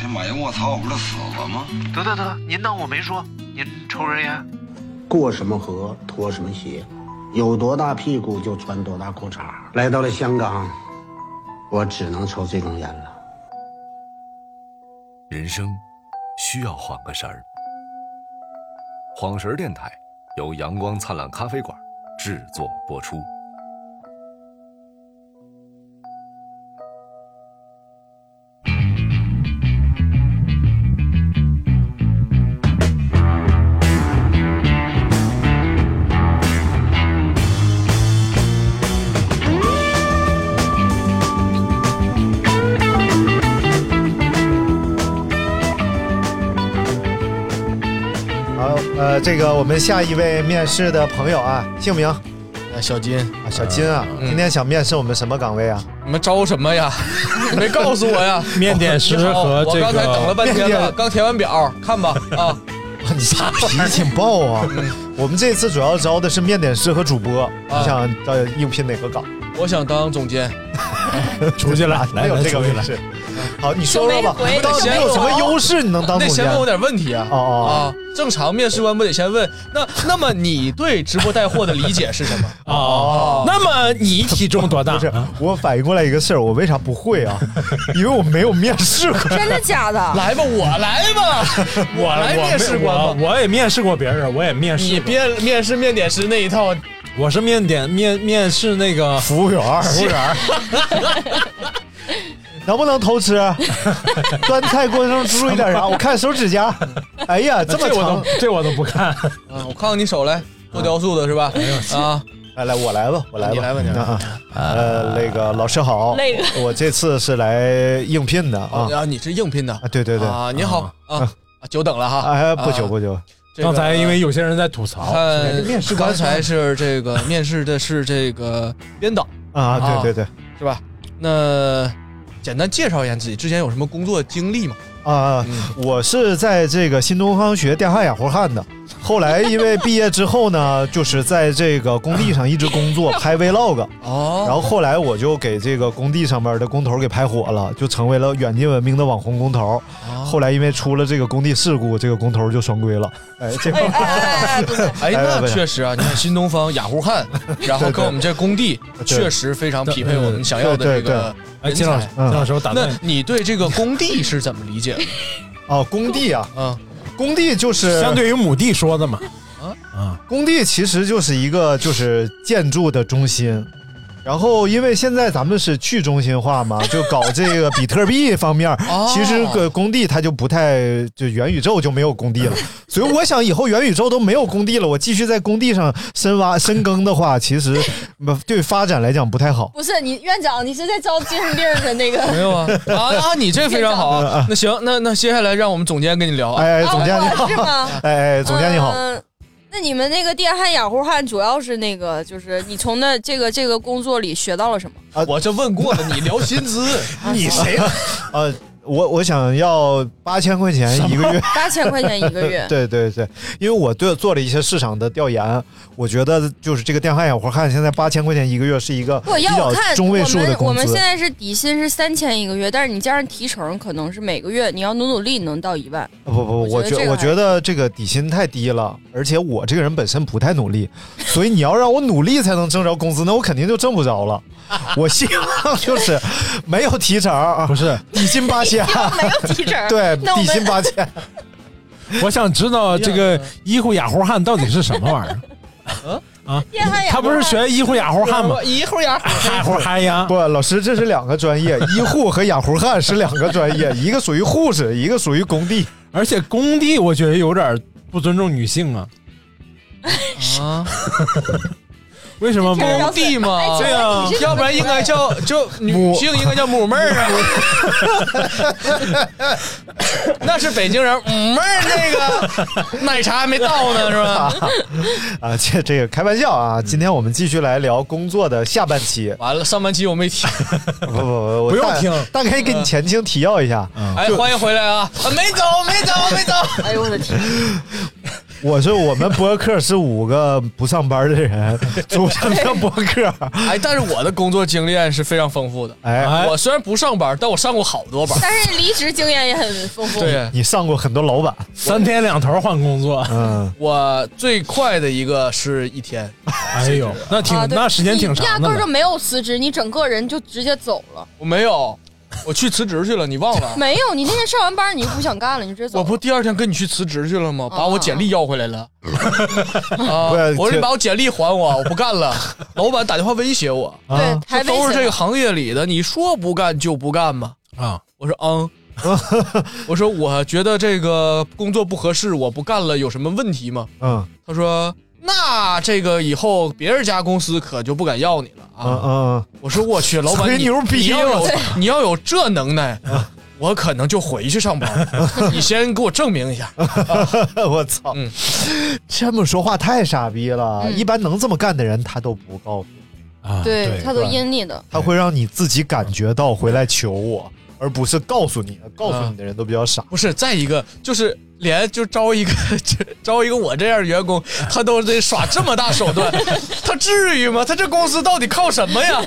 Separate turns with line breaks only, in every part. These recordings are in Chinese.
这马云卧槽，我不是死了吗？
得得得，您当我没说，您抽根烟。
过什么河脱什么鞋，有多大屁股就穿多大裤衩儿。来到了香港，我只能抽这种烟了。
人生需要晃个神儿。晃神儿电台由阳光灿烂咖啡馆制作播出。
好，呃，这个我们下一位面试的朋友啊，姓名啊，
呃
哎，小金，
小金啊，
嗯
今天想面试我们什么岗位啊？
你们招什么呀？ 你没告诉我呀？
面点师和这
我刚才
个
等了半天
面
了，
点
刚填完表，看吧啊，
你这脾气挺爆 啊！
嗯
我们这次主要招的是面点师和主播，
啊
你想呃应聘哪个岗？
我想当总监，
出去了，来
没有
来
这个
出
位
去了。嗯
置。好，你说说吧
准备回，
到底
先
你有什么优势？你能当
那
总
先
监？
问我点问题啊。
哦哦
啊，正常面试官不得先问那那么你对直播带货的理解是什么？ 啊
哦，那么你体重多大
不？是，我反应过来一个事儿，我为啥不 会啊？因为我没有面试过。
真的假 的？
来吧， 我来吧，
我
来
我
面试官
我
吧。
我也面试过别人，我也面试
你
过。
别面试面点师那一套，
我是面点面面试那个
服务员儿，服务员 儿，
啊
能不能偷吃？啊 端菜过程中注意点啥？我看手指甲，哎呀，这么
我
长
都， 这我都不看。
啊，我看看你手来，做雕塑的是
哎
吧？啊，
来来，我来吧，我来吧，
你来吧你来吧
啊啊呃，那个老师好，
那个
我这次是来应聘的啊
啊，你是应聘的
啊，对对对，
啊，你好啊，啊久等了哈。
哎，不久
啊
不久，
这个
刚才因为有些人在吐 槽，
看
面试官
刚才是 这个面试的是这个编导
啊，
啊
对对对，
是吧？那简单介绍一下自己，之前有什么工作经历 吗？
啊，我是在这个新东方学电焊氩活焊的，后来因为毕业之后呢，就是在这个工地上一直工作，拍 vlog。
哦
然后后来我就给这个工地上面的工头给拍火了，就成为了远近闻名的网红工头。
哦
后来因为出了这个工地事故，这个工头就双规了。哎，这个
哎哎哎，对，
哎，
哎
那
不是
确实啊，你看新东方雅 虎汉，然后跟我们这工地确实非常匹配我们想要的这个
哎，
人
金老师
才，。
嗯
金老师，我打断
那
你，
你对这个工地是怎么理解 的？
哦，工地啊，
啊，
工地就是啊
相对于母地说的嘛，
工地其实就是一个就是建筑的中心，然后因为现在咱们是去中心化 嘛，就搞这个比特币方面儿，
哦
其实个工地它就不太就元宇宙就没有工地了，所以我想以后元宇宙都没有工地了，我继续在工地上深挖深耕的话，其实不对发展来讲不太好。
不是你院长，你是在招精神病的那个？
没有啊，啊啊，你这非常好 啊。那行，那那接下来让我们总监跟你聊啊。
哎，
啊
总监你好
哦
我是，吗？
哎，哎总监你好，
嗯那你们那个电焊氩弧焊主要是那个，就是你从那这个这个工作里学到了什么？
啊
我这问过了，你聊薪资，
你谁？ 呃，我我想要八千块钱一个月。
八千块钱一个月，
对对对，因为我对做了一些市场的调研，我觉得就是这个电焊眼活焊现在八千块钱一个月是一个
我
比
要我
较
看
中位数的
我们我
工
们
资
现。在是底薪是三千一个月，但是你加上提成，可能是每个月你要努努力能到一万。
不不不，
我
我
觉得这
觉
个
我
还
觉得这个底薪太低了，而且我这个人本身不太努力，所以你要让我努力才能挣着工资，那我肯定就挣不着了。我希望就是没有提成啊，
不是？
底薪 八千，
没有提成
对，
那我
底薪
们
八千。
我想知道这个医护雅活汉到底是什么玩意儿？
电焊氩弧焊
他不是学医护雅活汉吗？
一会儿呀，
嗨活嗨呀
不，！老师，这是两个专业，医护和养活焊是两个专业，一个属于护士，一个属于工地。
而且工地我 觉得有点不尊重女性啊。
啊，
为什么不
工地嘛
哎，
对呀，要不然应该叫就女性应该叫母妹儿 啊，那是北京人母妹儿那个 奶茶还没到呢是吧？
啊，这这个开玩笑
嗯
啊！今天我们继续来聊工作的下半期。
完了，上半期我没听，
不不不，我
不用
大
听嗯
大概给你前情提要一下。
哎，
就
欢迎回来啊！啊 没走，没走，没走！哎呦我的天！
我是我们播客是五个不上班的人组成的播客。
哎，但是我的工作经验是非常丰富的。
哎
我虽然不上班，但我上过好多班。
但是离职经验也很丰富。啊
对
你上过很多老板，
三天两头换工作？
嗯，
我最快的一个是一天。
哎呦，那挺
啊对
那时间挺
你压
长
根
的
儿就
了。
没有辞职，你整个人就直接走了。
我没有，我去辞职去了，你忘了？
没有，你那天上完班你就不想干了，你直接走哦
我
了。
不第二天跟你去辞职去了吗？把我简历要回 来了。啊
不是！
我说
这
你把我简历还我，我不干了。老板打电话威胁我，
啊
还
说
威胁
都是这
我
个行业里的，你说不干就不干嘛。
啊，
我说嗯，我说我觉得这个工作不合适，我不干了，有什么问题吗？
嗯
他说那这个以后别人家公司可就不敢要你了啊。
嗯嗯，
我说我去，老板
吹
你
牛逼
你要有
我
你要有这能耐，我可能就回去上班 了。你先给我证明一下。
嗯 我操
嗯，
这么说话太傻逼了。
嗯
一般能这么干的人，他都不告诉你，
啊，
对他都阴你的。
他会让你自己感觉到回来求我，而不是告诉你。告诉你的人都比较傻。
不是，再一个就是连就招一个 招一个我这样的 员工，他都得耍这么大手段，他至于吗？他这公司到底靠什么 呀？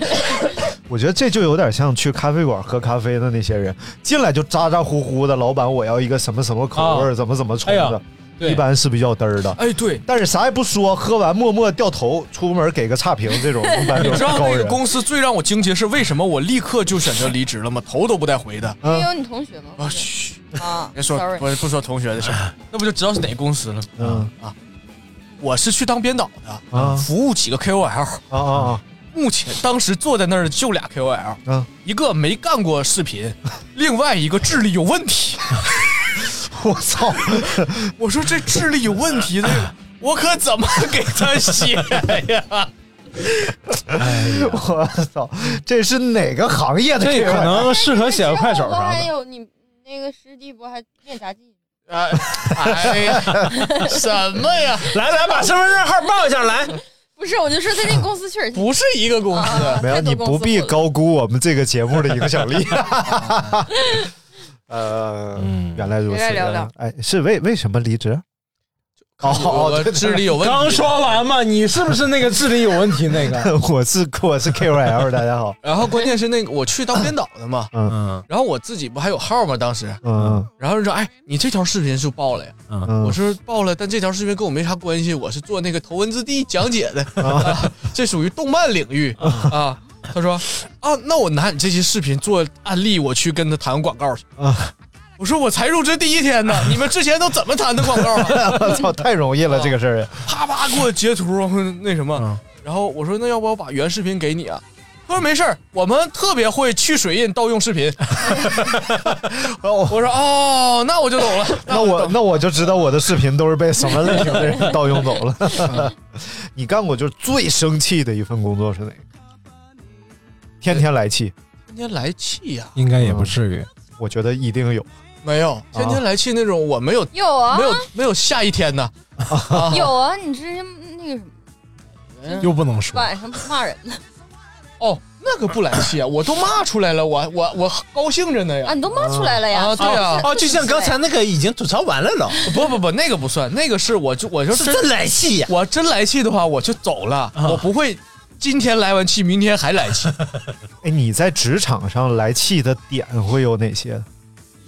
我觉得这就有点像去咖啡馆喝咖啡的那些人，进来就咋咋呼呼的，老板我要一个什么什么口味儿，
啊
怎么怎么冲
哎
的
呀，对
一般是比较嘚儿的。
哎，对，
但是啥也不说，喝完默默掉头，出门给个差评，这种一般
你
都
知
是
道
高
那个
人。
公司最让我惊奇是为什么我立刻就选择离职了吗？头都不带回的。
没有你同学吗？
啊，嘘，
啊
别说
，sorry，
不不说同学的事儿， 那不就知道是哪公司了吗？啊
嗯
我是去当编导的，
啊
服务几个 KOL。
啊 啊
目前当时坐在那儿的就俩 KOL，
啊啊！
一个没干过视 频，另外一个智力有问题。
我操！
我说这智力有问题的， 我可怎么给他写呀？
我操！这是哪个行业的
这
个
可能适合写个快手啥
还
的。
有你那个师弟不还练杂技？
哎哎 呀，什么呀？
来来，把身份证号报一下，来，
不是，我就说在那个公司确实挺
不是一个公司，
啊
没有，
太多
哎你
公司
不必
混了
高估我们这个节目 的影 响力。呃，
嗯
原来如此
随便。聊聊
哎，是为为什么离职？
有
哦
个，智力有问题。
刚说完嘛，你是不是那个智力有问题那个？
我是我是 KOL，大家好。
然后关键是那个我去当编导的嘛，
嗯
嗯
然后我自己不还有号吗？当时，
嗯
然后人说，哎，你这条视频是爆了呀？
嗯，
我说报了，但这条视频跟我没啥关系，我是做那个头文字 D 讲解的，
嗯
啊、 这属于动漫领域啊。他说啊，那我拿你这些视频做案例，我去跟他谈广告去
啊。
我说我才入职第一天呢，你们之前都怎么谈的广告啊？
我 操，太容易了这个事儿。
啪啪给我截图，那什么
嗯，
然后我说那要不我把原视频给你啊？他说没事儿，我们特别会去水印盗用视频。
哦，
我说哦，那我就懂了。
那我那我就知道我的视频都是被什么类型的人盗用走了。你干过就是最生气的一份工作是哪个？天天来气，
天天来气呀、
应该也不至于。
我觉得一定有。
没
啊
有，天天来气那种，我没有
有啊
没，有没有下一天呢，
有啊，你之前那个什么
又不能说，
晚上骂人呢
哦，那个不来 气啊，我都骂出来了，我我我高兴着呢
啊，
呀，
你都骂出来了呀？
啊对啊
这
哦，就像刚才那个已经吐槽完了都，
不不不，那个不算，那个是我就我就是真
真来气呀！啊
我真来气的话，我就走了，我不会今天来完气，明天还来气，
哎，你在职场上来气的点会有哪些？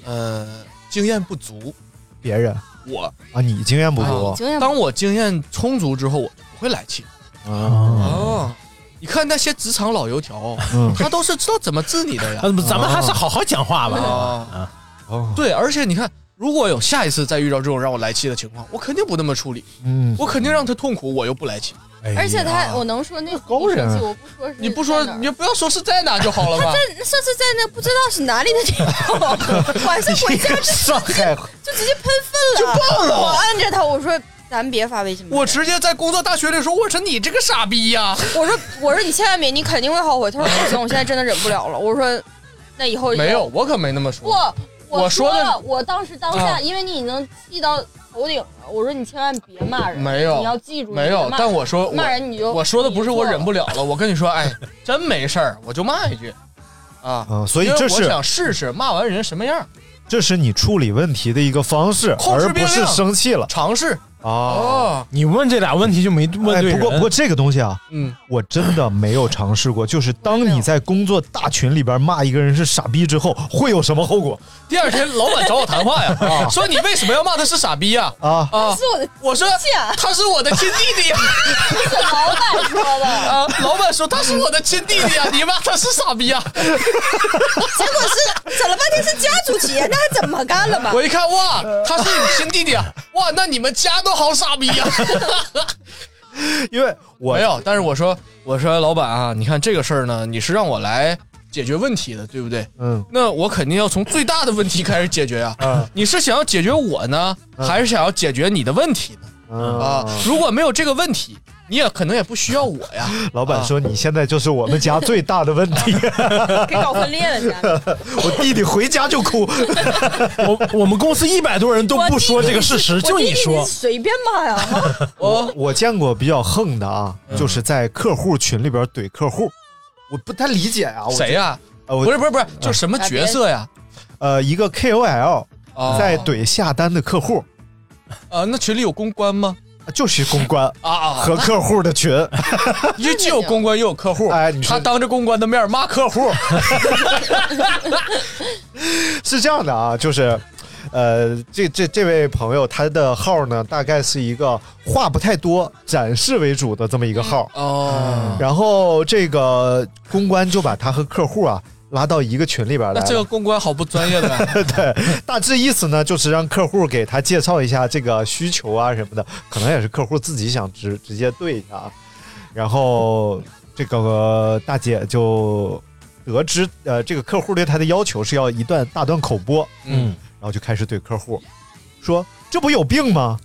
呃，经验不足，
别人
我
啊，你经验不
哦
你
足
经验不
当我经验充足之后，我就不会来气
啊，
哦。你看那些职场老油条，
嗯
他都是知道怎么治你的呀。
啊咱们还是好好讲话吧。
啊，
哦，
对，而且你看，如果有下一次再遇到这种让我来气的情况，我肯定不那么处理，
嗯，
我肯定让他痛苦，我又不来气。
哎呀
而且他，我能说那
高人
你生气我不说是
你不说
在哪，儿
你不要说是在哪就好了吧？
那上 次在那不知道是哪里的地方，晚上回家就
上海
就直接喷粪了，就爆了。我按着他，我说咱别发微信吧。
我直接在工作大学里说，我说你这个傻逼呀、
我说我说你千万别，你肯定会后悔。他说不行，我现在真的忍不了了。我说那以后
没有，我可没那么
不
说。，
我
我说的
了我当时当下，
啊
因为你已经气到头顶了，我说你千万别骂人，
没有，
你要记住，
没
你
有
别。骂
但
人
我说我
骂人你就
我说的不是我忍不了了，我跟你说，哎，真没事儿，我就骂一句啊。
嗯
啊，所以
因为
这
我
是
想试试骂完人什么样，
这是你处理问题的一个方式，
控
而
制
不
变
是
量
生气了
尝试
啊。
哦。
你问这俩问题就没问
哎，
对人。
不过不过这个东西啊，
嗯，
我真的没有尝试过。就是当你在工作大群里边骂一个人是傻逼之后，会有什么后果
第二天老板找我 谈话
啊
呀，说你为什么要骂他是傻逼呀？
啊？
啊，
是我的
我说
亲戚啊
他是我的亲弟 弟呀。
是老板说的，
啊，老板说他是我的亲弟弟呀，你骂他是傻逼 呀。
结果是整了半天是家族企业，那还怎么干了嘛？
我一看哇，他是你亲弟弟啊，哇，那你们家都好傻逼呀。
因为 我
没有，但是我说，我说老板啊，你看这个事儿呢，你是让我来解决问题的，对不对？
嗯，
那我肯定要从最大的问题开始解决啊。
嗯
你是想要解决我呢，还是想要解决你的问题呢？啊
啊，，
如果没有这个问题，你也可能也不需要我 呀。啊
老板说你现在就是我们家最大的问题，
给搞分裂了， 家里
我弟弟回家就 哭。
我我们公司一百多人都不说这个事 实，就你说。
随便骂呀，
哦，
我见过比较横的啊，就是在客户群里边怼客户，我不太理解啊。我
谁呀？
呃
不
我
是不是不是，就什么角色呀？
呃一个 KOL
哦
在怼下单的客户，
啊，那群里有公关吗？
就是公 关
啊啊，
和客户的群。
又既有公关又有客户，
哎你说
他当着公关的面骂客户，
是这样的啊，就是，呃，这这这位朋友他的号呢，大概是一个话不太多、展示为主的这么一个号。
哦，
然后这个公关就把他和客户啊拉到一个群里边来
那
了。
这个公关好不专业的。
对， 大致意思呢，就是让客户给他介绍一下这个需求啊什么的，可能也是客户自己想直直接对一下啊。然后这个大姐就得知，呃，这个客户对她的要求是要一段大段口播，
嗯，
然后就开始对客户说：“这不有病吗？”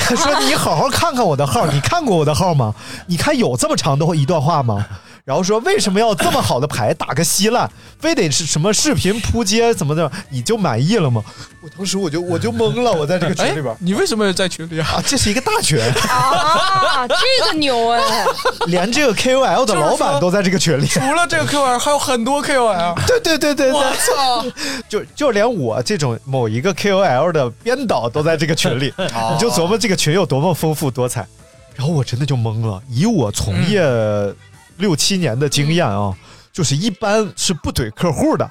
他说：“你好好看看我的号，你看过我的号吗？你看有这么长的一段话吗？”然后说：“为什么要这么好的牌打个稀烂，非得是什么视频扑街怎么的？你就满意了吗？”我当时我就我就懵了，我在这个群
哎
里边、，
你为什么在群里啊？
啊，这是一个大群，
啊，这个牛 哎，
连这个 KOL 的老板都在这个群里。
除了这个 KOL，还有很多 KOL。
对对对对对
我，操！
就就连我这种某一个 KOL 的编导都在这个群 里，
哦
你就琢磨这个群有多么丰富多彩。然后我真的就懵了，以我从业
嗯
六七年的经验啊，就是一般是不怼客户的，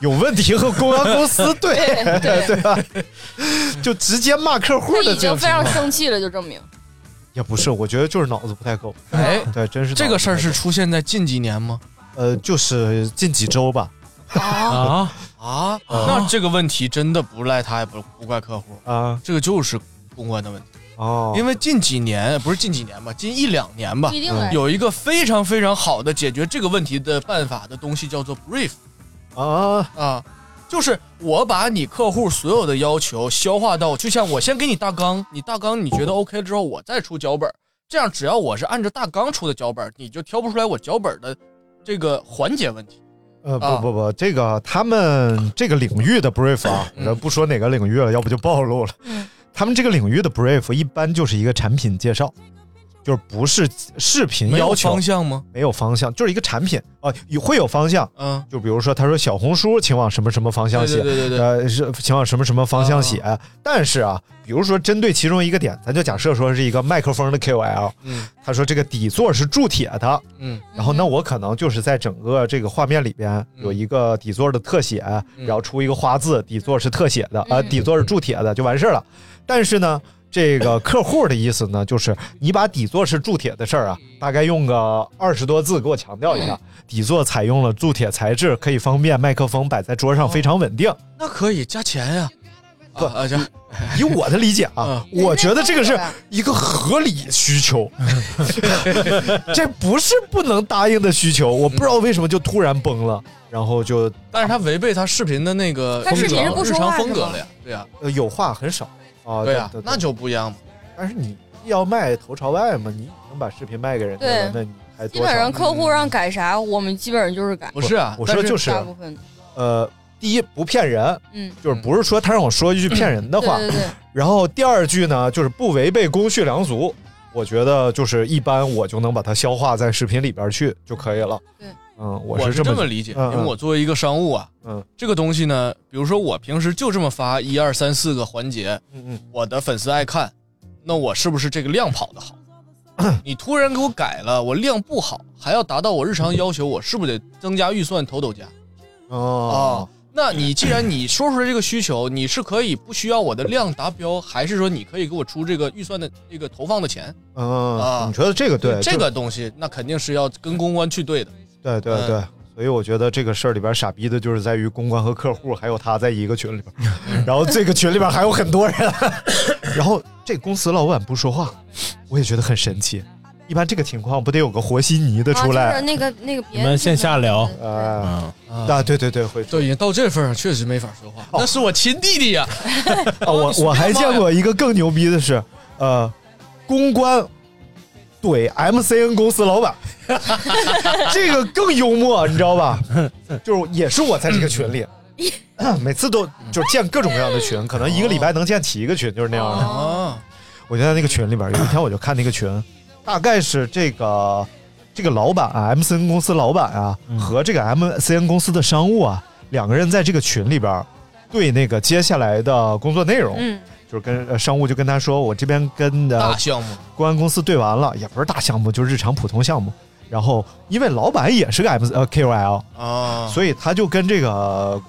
有问题和公关公司对
嗯 对
对吧？就直接骂客户
他
的
已
这
经
种
非
情
常
况，
生气了，就证明
也不是，我觉得就是脑子不太够。
哎，
对，真是
这个事儿
脑子
是出现在近几年吗？
不太够呃，就是近几周吧，
啊，
啊，那这个问题真的不赖他，也不不怪客户，
啊
这个就是公关的问题。
哦，
因为近几年不是近几年吧，近一两年吧
不，一定哎来。
有一个非常非常好的解决这个问题的办法的东西叫做 brief
啊
啊。就是我把你客户所有的要求消化到，就像我先给你大纲，你大纲你觉得 OK 之后，我再出脚本，这样只要我是按照大纲出的脚本，你就挑不出来我脚本的这个环节问题。
呃，
啊
不不不，这个他们这个领域的 brief 啊，
嗯
咱不说哪个领域了，要不就暴露了。
嗯
他们这个领域的 brief 一般就是一个产品介绍，就是不是视频
没有
要求，
方向吗？
没有方向，就是一个产品啊、有会有方向。
嗯，
就比如说，他说小红书请往什么什么方向写，
对对对对对
呃，是请往什么什么方向写。但是啊，比如说针对其中一个点，咱就假设说是一个麦克风的 KOL，
嗯
他说这个底座是铸铁的，
嗯
然后那我可能就是在整个这个画面里边有一个底座的特写，
嗯
然后出一个花字，底座是特写的，呃，
嗯
底座是铸铁的就完事儿了。但是呢，这个客户的意思呢，就是你把底座是铸铁的事儿啊，大概用个二十多字给我强调一下，底座采用了铸铁材质，可以方便麦克风摆在桌上非常稳定。
那可以加钱呀、啊。
不
啊，加
以我的理解啊，
嗯
我觉得这个是一个合理需求，这不是不能答应的需求。我不知道为什么就突然崩了，然后就
但是他违背他视频的那个
他视
风
频
格
是不
日
说话
常
是
风格
吗
了呀，对呀、
呃有话很少啊。
对呀、
对对
那就不一样嘛。
但是你要卖头朝外嘛，你已经把视频卖给人家了，
对
那你还
基
多
本
少
上客户让改啥，我们基本上就是改。
不是啊我说但是就是
大部分，
呃，第一不骗人，
嗯，
就是不是说他让我说一句骗人的话，
对对对
然后第二句呢，就是不违背公序良俗，我觉得就是一般我就能把它消化在视频里边去就可以了。
对，
嗯，
我
是
这
这
么理解，
嗯
因为我作为一个商务啊，
嗯，
这个东西呢，比如说我平时就这么发一二三四个环节，
嗯嗯，
我的粉丝爱看，那我是不是这个量跑的 好？你突然给我改了，我量不好，还要达到我日常要求，我是不是得增加预算投抖加？啊
哦，
那你既然你说出来这个需求，你是可以不需要我的量达标，还是说你可以给我出这个预算的这个投放的钱？
嗯，
啊
你觉得这个对？
这
就
个东西，那肯定是要跟公关去对的。
对对
嗯
对，所以我觉得这个事儿里边傻逼的就是在于公关和客户，还有他在一个群里
嗯
边，然后这个群里边还有很多人，然后这公司老板不说话，我也觉得很神奇。一般这个情况不得有个和稀泥的出
啊
来？
就是那个那个别
你们线下聊，
啊
啊
啊，对对对，会
都已经到这份上，确实没法说话。那是我亲弟弟呀、
啊，我哦 我还见过一个更牛逼的是，呃，公关怼 MCN 公司老板，这个更幽默，你知道吧？就是也是我在这个群里，每次都就是建各种各样的群，可能一个礼拜能建起一个群，就是那样的。
哦
啊，
我就在那个群里边，有一天我就看那个群， 大概是这个这个老板啊，MCN 公司老板啊，
嗯
和这个 MCN 公司的商务啊，两个人在这个群里边对那个接下来的工作内容，
嗯，
就是跟、呃商务就跟他说，我这边跟的
大项目
公安公司对完了，也不是大项目，就是日常普通项目。然后因为老板也是个 M 呃 KOL，
啊，
所以他就跟这个。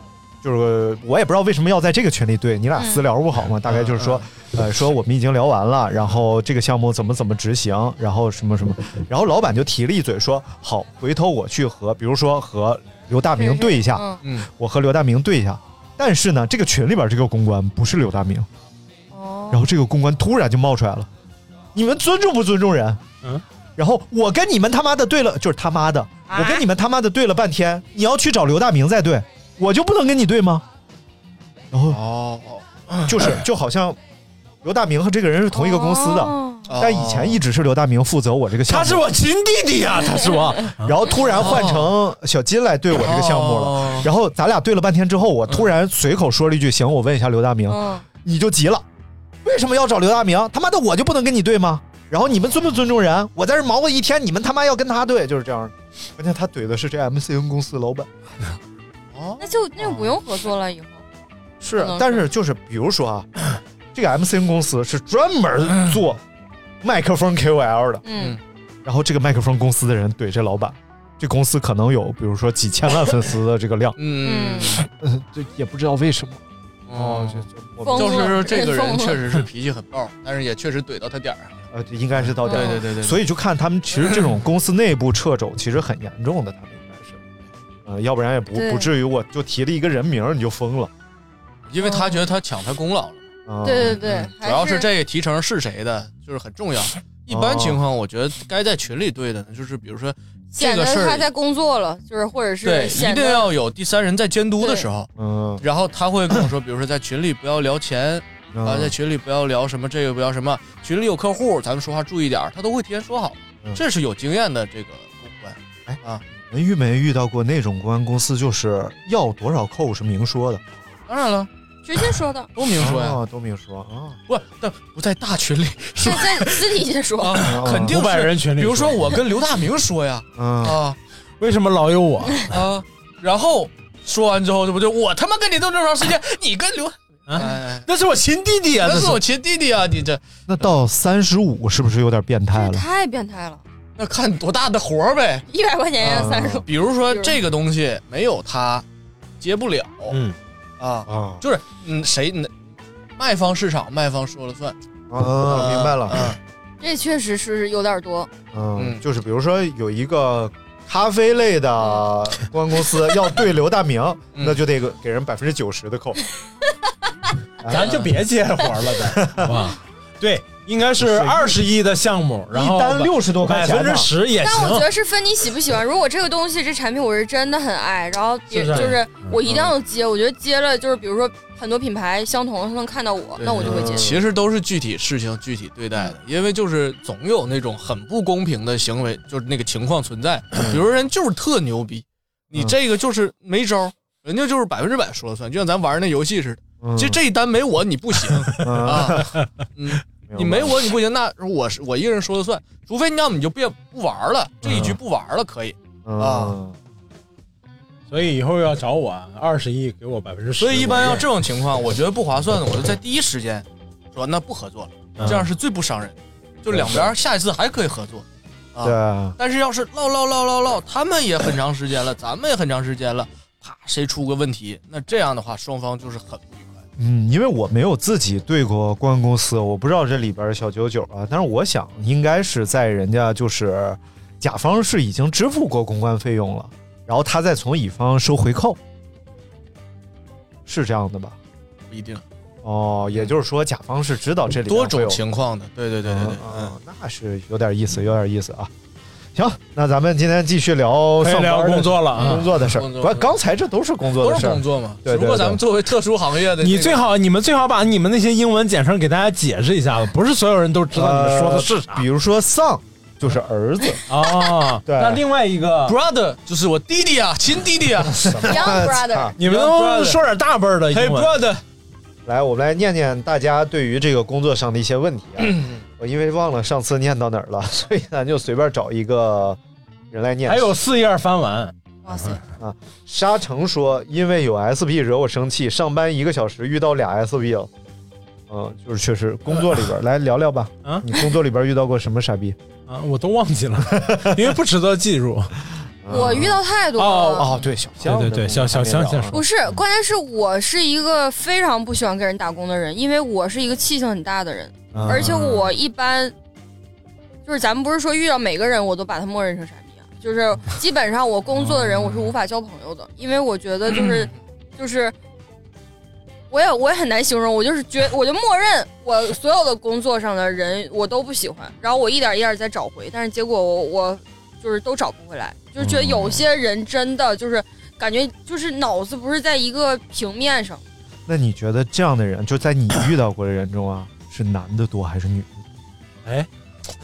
就是我也不知道为什么要在这个群里对你俩私聊不好吗？大概就是说，呃，说我们已经聊完了，然后这个项目怎么怎么执行，然后什么什么，然后老板就提了一嘴说，好，回头我去和，比如说和刘大明对一下，
嗯
嗯，
我和刘大明对一下。但是呢，这个群里边这个公关不是刘大明，
哦，
然后这个公关突然就冒出来了，你们尊重不尊重人？
嗯，
然后我跟你们他妈的对了，就是他妈的，
啊
我跟你们他妈的对了半天，你要去找刘大明再对，我就不能跟你对吗？然后
哦，哦
就是就好像刘大明和这个人是同一个公司的，
哦
但以前一直是刘大明负责我这个项目，
他是我亲弟弟呀、他是我，
然后突然换成小金来对我这个项目
哦
了，然后咱俩对了半天之后，我突然随口说了一句：“行，我问一下刘大明。”
嗯，
你就急了，为什么要找刘大明？他妈的，我就不能跟你对吗？然后你们尊不尊重人？我在这忙活一天，你们他妈要跟他对，就是这样。关键他怼的是这 MCN 公司老板，
哦，
那就那就不用合作了，以后
是
嗯
但是就是比如说啊， 这个 MCN 公司是专门做麦克风 KOL 的，
嗯
然后这个麦克风公司的人怼这老板，这公司可能有比如说几千万粉丝的这个量
嗯
嗯，
嗯，这也不知道为什么。嗯
哦，
这这我
疯
们
了
就是这个人
疯了
确实是脾气很暴，但是也确实怼到他点儿上了。
呃应该是到点儿
对
了
对对对，
所以就看他们其实这种公司内部掣肘其实很严重的，他们应该是，呃，要不然也不
对
不至于我就提了一个人名儿你就疯了。
因为他觉得他抢他功劳了。嗯
啊
对对对，
主要
还是
是这个提成是谁的，就是很重要。一般情况，我觉得该在群里对的，就是比如说这
显
个
得
事
他
儿，
在工作了，就是或者是
对，一
显
定
得
要有第三人在监督的时候，
嗯，
然后他会跟我说，比如说在群里不要聊钱
嗯
啊，在群里不要聊什么这个不要什么，群里有客户，咱们说话注意点儿，他都会提前说好
嗯，
这是有经验的这个公关。
哎
啊
你们遇没遇到过那种公安公司就是要多少扣是明说的，
当然了，
直接说 的，
都明说
哦
呀，
啊，都明说啊，
不，但不在大群 里
是在私底下说，
啊，
啊
肯定
哦五百
是。
人群里，
比如说我跟刘大明说呀，
嗯，
啊，
为什么老有我？
啊，然后说完之后，这不就我他妈跟你斗这么长时间，你跟刘，
啊
哎，
那是我亲弟弟呀、
那
那
是我亲弟弟啊，你这
那到三十五是不是有点变态
这
了？
太变态了，
那看多大的活儿呗。
一百块钱
啊
哎要三十，
比如说这个东西没有他接不了
嗯
啊，
啊
就是嗯谁嗯卖方市场卖方说了算，
啊，明白了，
啊
这确实是有点多，
嗯，
嗯
就是比如说有一个。咖啡类的公安公司要对刘大明，
嗯
那就得给给人百分之九十的扣。
咱就别接活了呗，好吧？对，应该是二十亿的项目，然后
一单60多块钱
百
呢
分之十也
但我觉
哎行。
得是分你喜不喜欢。如果这个东西这产品我是真的很爱，然后别
是嗯不是
就是我一定要接。我觉得接了就是比如说很多品牌相同能看到我，那我就会
嗯
接。
嗯
嗯
其实都是具体事情具体对待的，因为就是总有那种很不公平的行为，就是那个情况存在。
嗯
比如人就是特牛逼，你这个就是没招儿，人家就是百分之百说了算，就像咱玩那游戏似
嗯
的。这这一单没我你不 行啊，嗯，你没我你不行，那我是我一个人说了算，除非你要么你就别不玩了，
嗯
这一局不玩了可以。
啊，
所以以后要找我二十亿给我百分之十，
所以一般要这种情况，我觉得不划算的，我就在第一时间说那不合作了，
嗯
这样是最不伤人的，就两边
嗯
下一次还可以合作。啊
对，
但是要是唠唠唠唠唠，他们也很长时间了，咱们也很长时间了，啪，谁出个问题，那这样的话，双方就是很不愉快。
嗯，因为我没有自己对过公关公司，我不知道这里边的小九九啊，但是我想应该是在人家就是甲方是已经支付过公关费用了，然后他再从乙方收回扣，是这样的吧？
不一定，
哦，也就是说甲方是知道这里边
多种
会有
情况的，对对对对对，
嗯，那是有点意思，有点意思啊。行，那咱们今天继续聊
可以
上班
聊
的
工作了啊
工作的事儿。
工作
不，刚才这都是工作
都
的事
是
儿，
工作嘛。
对
只不过
对
咱们
对
作为特殊行业的，
你最好你们最好把你们那些英文简称给大家解释一下子，不是所有人都知道你们说的是啥
呃比如说丧就是儿子，
啊。
对
那另外一个，
brother 就是我弟弟啊，亲弟弟啊。
Young brother，
啊
你们都说点大辈儿的
嘿
英文。
，brother，
来，我们来念念大家对于这个工作上的一些问题啊。
嗯
我因为忘了上次念到哪儿了，所以咱就随便找一个人来念。
还有四页翻完，
哇
嗯
塞，
沙城说，因为有 SP 惹我生气，上班一个小时遇到俩 SP 了。嗯，就是确实工作里
呃
边儿来聊聊吧。
啊
你工作里边儿遇到过什么傻逼？
啊，我都忘记了，因为不值得记住。
我
嗯
遇到太多
嗯哦
了。
哦，对，小
对对对，小小香先说
不是，关键是我是一个非常不喜欢跟人打工的人，因为我是一个气性很大的人，
啊
而
嗯
且我一般就是咱们不是说遇到每个人我都把他默认成傻逼啊，就是基本上我工作的人我是无法交朋友的，因为我觉得就是就是。我也我也很难形容，我就是觉我就默认我所有的工作上的人我都不喜欢，然后我一点一点在找回，但是结果我我就是都找不回来，就是觉得有些人真的就是感觉就是脑子不是在一个平面上，
那你觉得这样的人，就在你遇到过的人中 啊，是男的多还是女的？
女的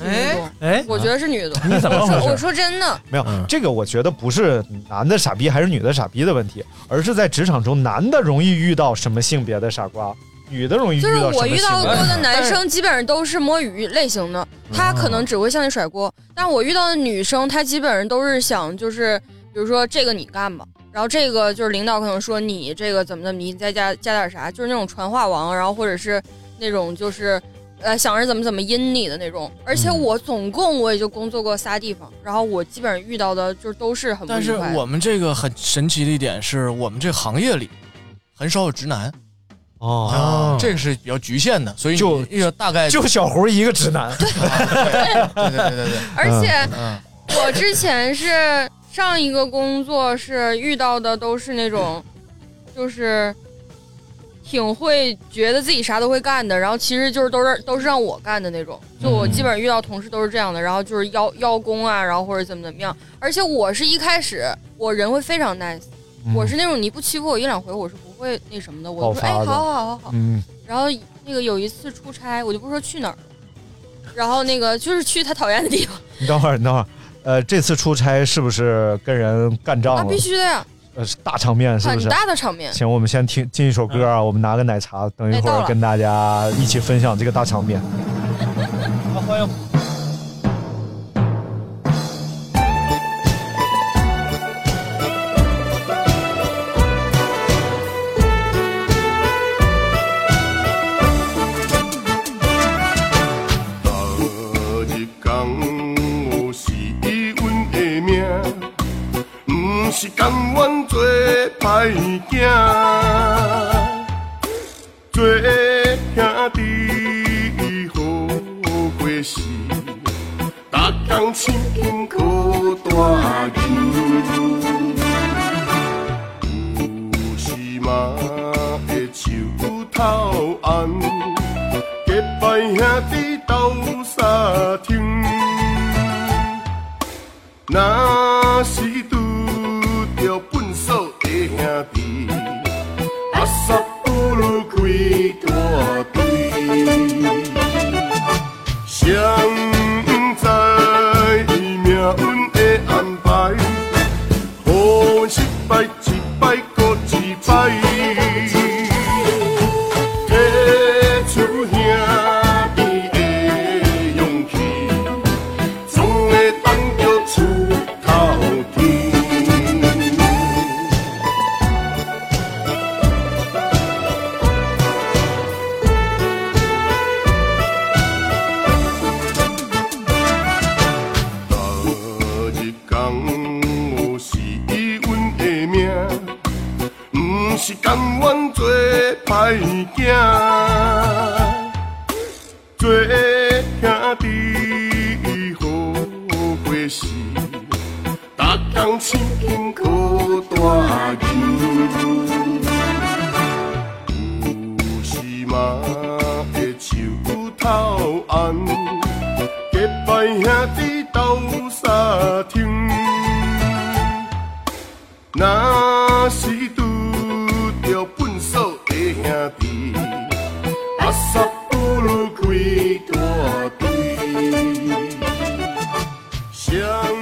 哎，
多
哎，
我觉得是女的多。
你怎么
我
回事
说我说真的，
没有，
嗯
这个我觉得不是男的傻逼还是女的傻逼的问题，而是在职场中，男的容易遇到什么性别的傻瓜，女的容易遇
就是
到什
我
么啊
遇
性
到
别
过
的
的
傻瓜。
男生基本上都是摸鱼类型的，他可
哦
能只会向你甩锅，但我遇到的女生，她基本上都是想就是，比如说这个你干吧，然后这个就是领导可能说你这个怎么怎么地，你再加加点啥，就是那种传话王，然后或者是那种就是。呃，想着怎么怎么阴你的那种，而且
嗯
我总共我也就工作过仨地方，然后我基本上遇到的就是都是很不愉
但
快
是
的。
我们这个很神奇的一点是，我们这行业里很少有直男
哦，
啊
这个是比较局限的，所以
就
一个大概
就小胡一个直男，
对对对对对，
而且
嗯，
我之前是上一个工作是遇到的都是那种，就是挺会觉得自己啥都会干的，然后其实就是都是都是让我干的那种。就我
嗯
基本上遇到同事都是这样的，然后就是邀邀功啊，然后或者怎么怎么样。而且我是一开始我人会非常 nice，、我
嗯
是那种你不欺负我一两回我是不会那什么的，我就说
爆发
哎好
的
好好好好，
嗯，
然后那个有一次出差，我就不说去哪儿了，然后那个就是去他讨厌的地方
你等会儿，你等会儿，呃，这次出差是不是跟人干仗
啊，
了？
必须的呀，
呃，是大场哦面是不
很
是？
大嗯的场 面。
行，我们先听进一首歌啊，我们拿个奶茶，等一
哎
会
到
儿
了
跟大家一起分享这个大场面。
嗯
早日讲有是阮的命，毋是甘愿做歹囝，做兄弟好过是，逐工千金靠大求，有时嘛会手头红。惊结拜兄弟斗相挺。若是拄着粪扫的兄弟，阿萨不如开大队。谁不知伊命运的安排，好失败一摆搁一摆。提出兄弟的勇气，总会当作出头天。日工有是阮的命，毋是甘愿做歹囝。做兄弟好过是，逐工亲近苦大求。有时嘛会手头红。结拜兄弟斗相挺。若是拄着粪扫的兄弟，阿萨不如开大队。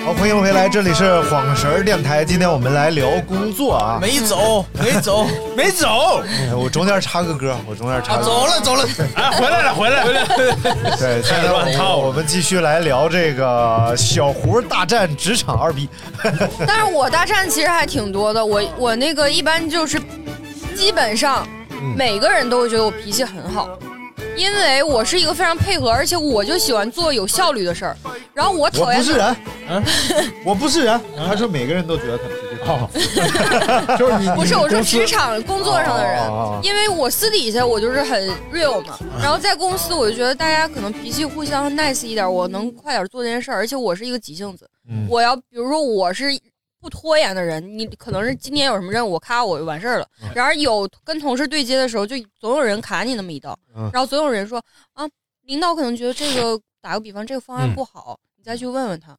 好，欢迎回来，这里是晃神儿电台。今天我们来聊工作啊，
没走，没走，没走。
哎我中间插个歌，我中间插
啊，
个歌
走了，走了，哎，回来了，回来，回来，
对，现在
乱套
我我们继续来聊这个小胡大战职场二逼。
但是我大战其实还挺多的，我我那个一般就是，基本上
嗯
每个人都会觉得我脾气很好，因为我是一个非常配合，而且我就喜欢做有效率的事儿。然后我
我
讨厌
不是人
那，
嗯，我不是人。他说每个人都觉得他脾气好，哦 就是啊你
种不是我说职场工作上的人
哦哦哦，
因为我私底下我就是很 real 嘛，然后在公司我就觉得大家可能脾气互相 nice 一点，我能快点做这件事儿，而且我是一个急性子，
嗯
嗯
我要比如说我是不拖延的人，你可能是今天有什么任务，咔我就完事儿了。
嗯
然而有跟同事对接的时候，就总有人砍你那么一刀，
嗯
然后总有人说啊，领导可能觉得这个打个比方，这个方案
嗯
不好，你再去问问他。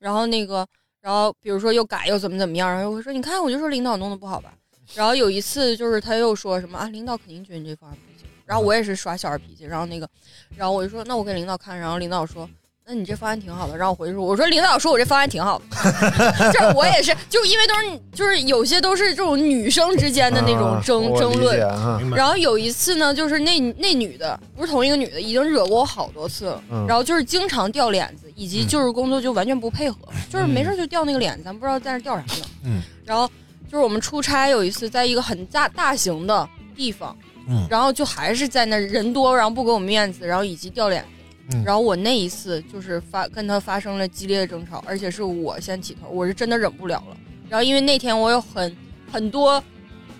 然后那个，然后比如说又改又怎么怎么样，然后我说你看我就说领导弄的不好吧。然后有一次就是他又说什么啊，领导肯定觉得你这方案不行。然后我也是耍小孩脾气，然后那个，然后我就说那我给领导看，然后领导说。那你这方案挺好的，然后我回去说，我说领导说我这方案挺好的， 就是我也是，就因为都是就是有些都是这种女生之间的那种争、
啊我理
争
解
论
啊，
然后有一次呢，就是那那女的不是同一个女的，已经惹过我好多次了，
嗯
然后就是经常掉脸子，以及就是工作就完全不配合，就是没事就掉那个脸子，咱不知道在那掉啥呢。
嗯
然后就是我们出差有一次，在一个很大大型的地方，
嗯
然后就还是在那儿人多，然后不给我面子，然后以及掉脸子。
嗯
然后我那一次就是发跟他发生了激烈的争吵，而且是我先起头，我是真的忍不了了。然后因为那天我有很很多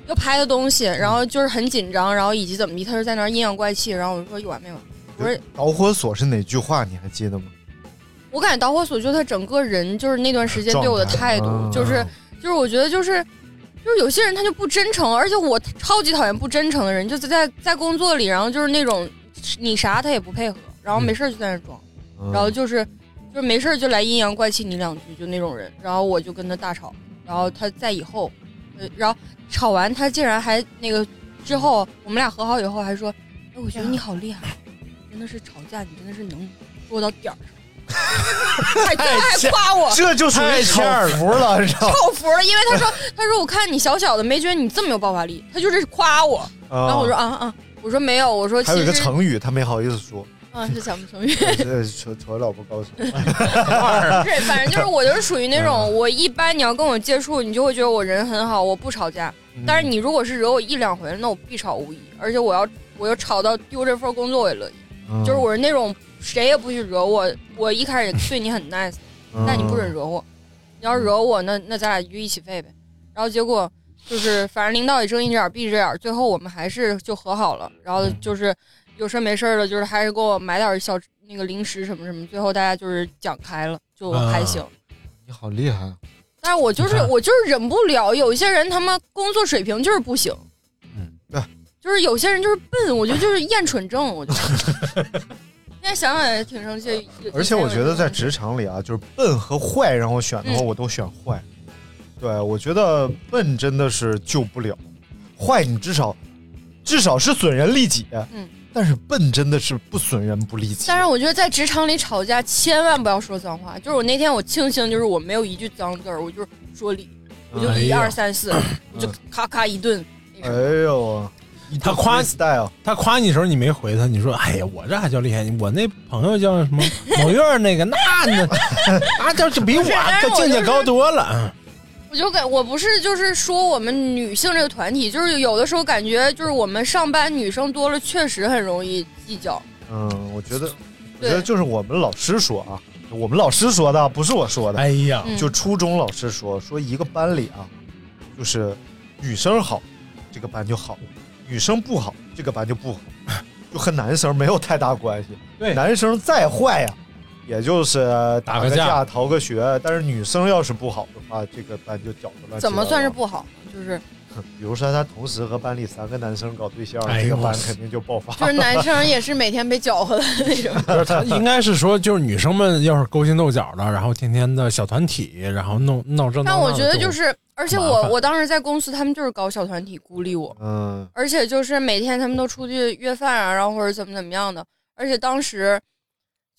要拍的东西，然后就是很紧张，然后以及怎么地，他就在那儿阴阳怪气，然后我就说有完没完？我说
导火索是哪句话？你还记得吗？
我感觉导火索就是他整个人就是那段时间对我的态度，
状态
就是就是我觉得就是就是有些人他就不真诚，而且我超级讨厌不真诚的人，就在在在工作里，然后就是那种你啥他也不配合，然后没事儿就在那儿装，
嗯
然后就是就是没事儿就来阴阳怪气你两句，就那种人，然后我就跟他大吵，然后他在以后，呃，然后吵完他竟然还那个之后我们俩和好以后还说，哎，我觉得你好厉害，真的是吵架你真的是能说到点儿 上。还真还夸我，
这就属于
巧
巧福了，知道吗？
靠服了，因为他说他说我看你小小的，没觉得你这么有爆发力，他就是夸我。
啊
然后我说啊啊，我说没有，我说其
还有一
实
个成语，他没好意 思说，
啊是什么成语？
这瞅瞅老婆高兴。
对，反正就是我就是属于那种，我一般你要跟我接触，你就会觉得我人很好，我不吵架。但是你如果是惹我一两回，那我必吵无疑，而且我要我要吵到丢这份工作也乐意。
嗯
就是我是那种谁也不许惹我，我一开始也对你很 nice，
嗯
但你不准惹我。你要是惹我，那那咱俩就一起废呗。然后结果就是，反正领导也睁一只眼闭一只眼，最后我们还是就和好了。然
嗯
后就是有事没事儿的，就是还是给我买点小那个零食什么什么。最后大家就是讲开了，就还行。
你好厉害，啊
但是我就是
嗯你看嗯
我就是忍不了，有一些人他妈工作水平就是不行，
对，
就是有些人就是笨，我觉得就是厌蠢症，我觉得。 现在想想也挺生气。有
而且我觉得在职场里啊，就是笨和坏，让我选的
嗯
话，我都选坏。对，我觉得笨真的是救不了，坏你至少至少是损人利己。
嗯，
但是笨真的是不损人不利己。
但是我觉得在职场里吵架千万不要说脏话。就是我那天我庆幸，就是我没有一句脏字儿，我就是说理，我就
哎
一
呀
二三四，我就咔咔一顿。
哎呦，
他夸
style，
他夸你的时候你没回他，你说哎呀，我这还叫厉害？我那朋友叫什么某月儿那个，那那那就是比我啊
但是
这
我
境界
就是
高多了。
我就感我不是就是说我们女性这个团体，就是有的时候感觉就是我们上班女生多了，确实很容易计较。
嗯，我觉得，我
对
觉得就是我们老师说啊，我们老师说的，不是我说的。
哎呀
嗯
就初中老师说，说一个班里啊，就是女生好，这个班就好；女生不好，这个班就不好， 就和男生没有太大关系。
对，
男生再坏呀、也就是呃打
个
个
架
架、逃个学，但是女生要是不好的话，这个班就搅得乱七八糟。
怎么算是不好？就是
比如说他同时和班里三个男生搞对象，
哎呦
这个班
我
肯定就爆发。
就是男生也是每天被搅和的那 种。
不是他应该是说，就是女生们要是勾心斗角的，然后天天的小团体，然后弄闹这闹那的。
啊
但我觉得就是，而且
麻
我
烦
我当时在公司，他们就是搞小团体孤立我，
嗯，
而且就是每天他们都出去约饭啊，然后或者怎么怎么样的。而且当时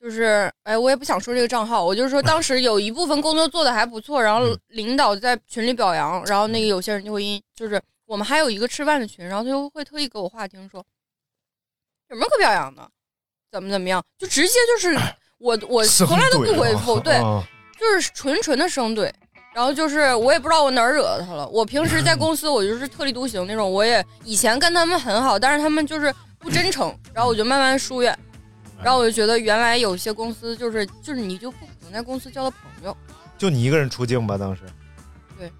就是，哎，我也不想说这个账号，我就是说当时有一部分工作做的还不错，然后
嗯
领导在群里表扬，然后那个有些人就会因就是我们还有一个吃饭的群，然后他就会特意给我话听说，有什么可表扬的，怎么怎么样，就直接就是我 我
生
从来都
怼
不回
啊
复，对，
啊
就是纯纯的生怼。然后就是我也不知道我哪儿惹他了。我平 时在公司我就是特立独行那种，我也以前跟他们很好，但是他们就是不真诚，然后我就慢慢疏远。
哎
然后我就觉得原来有些公司就是就是你就不可能在公司交到朋友，
就你一个人出镜吧，当时。
对，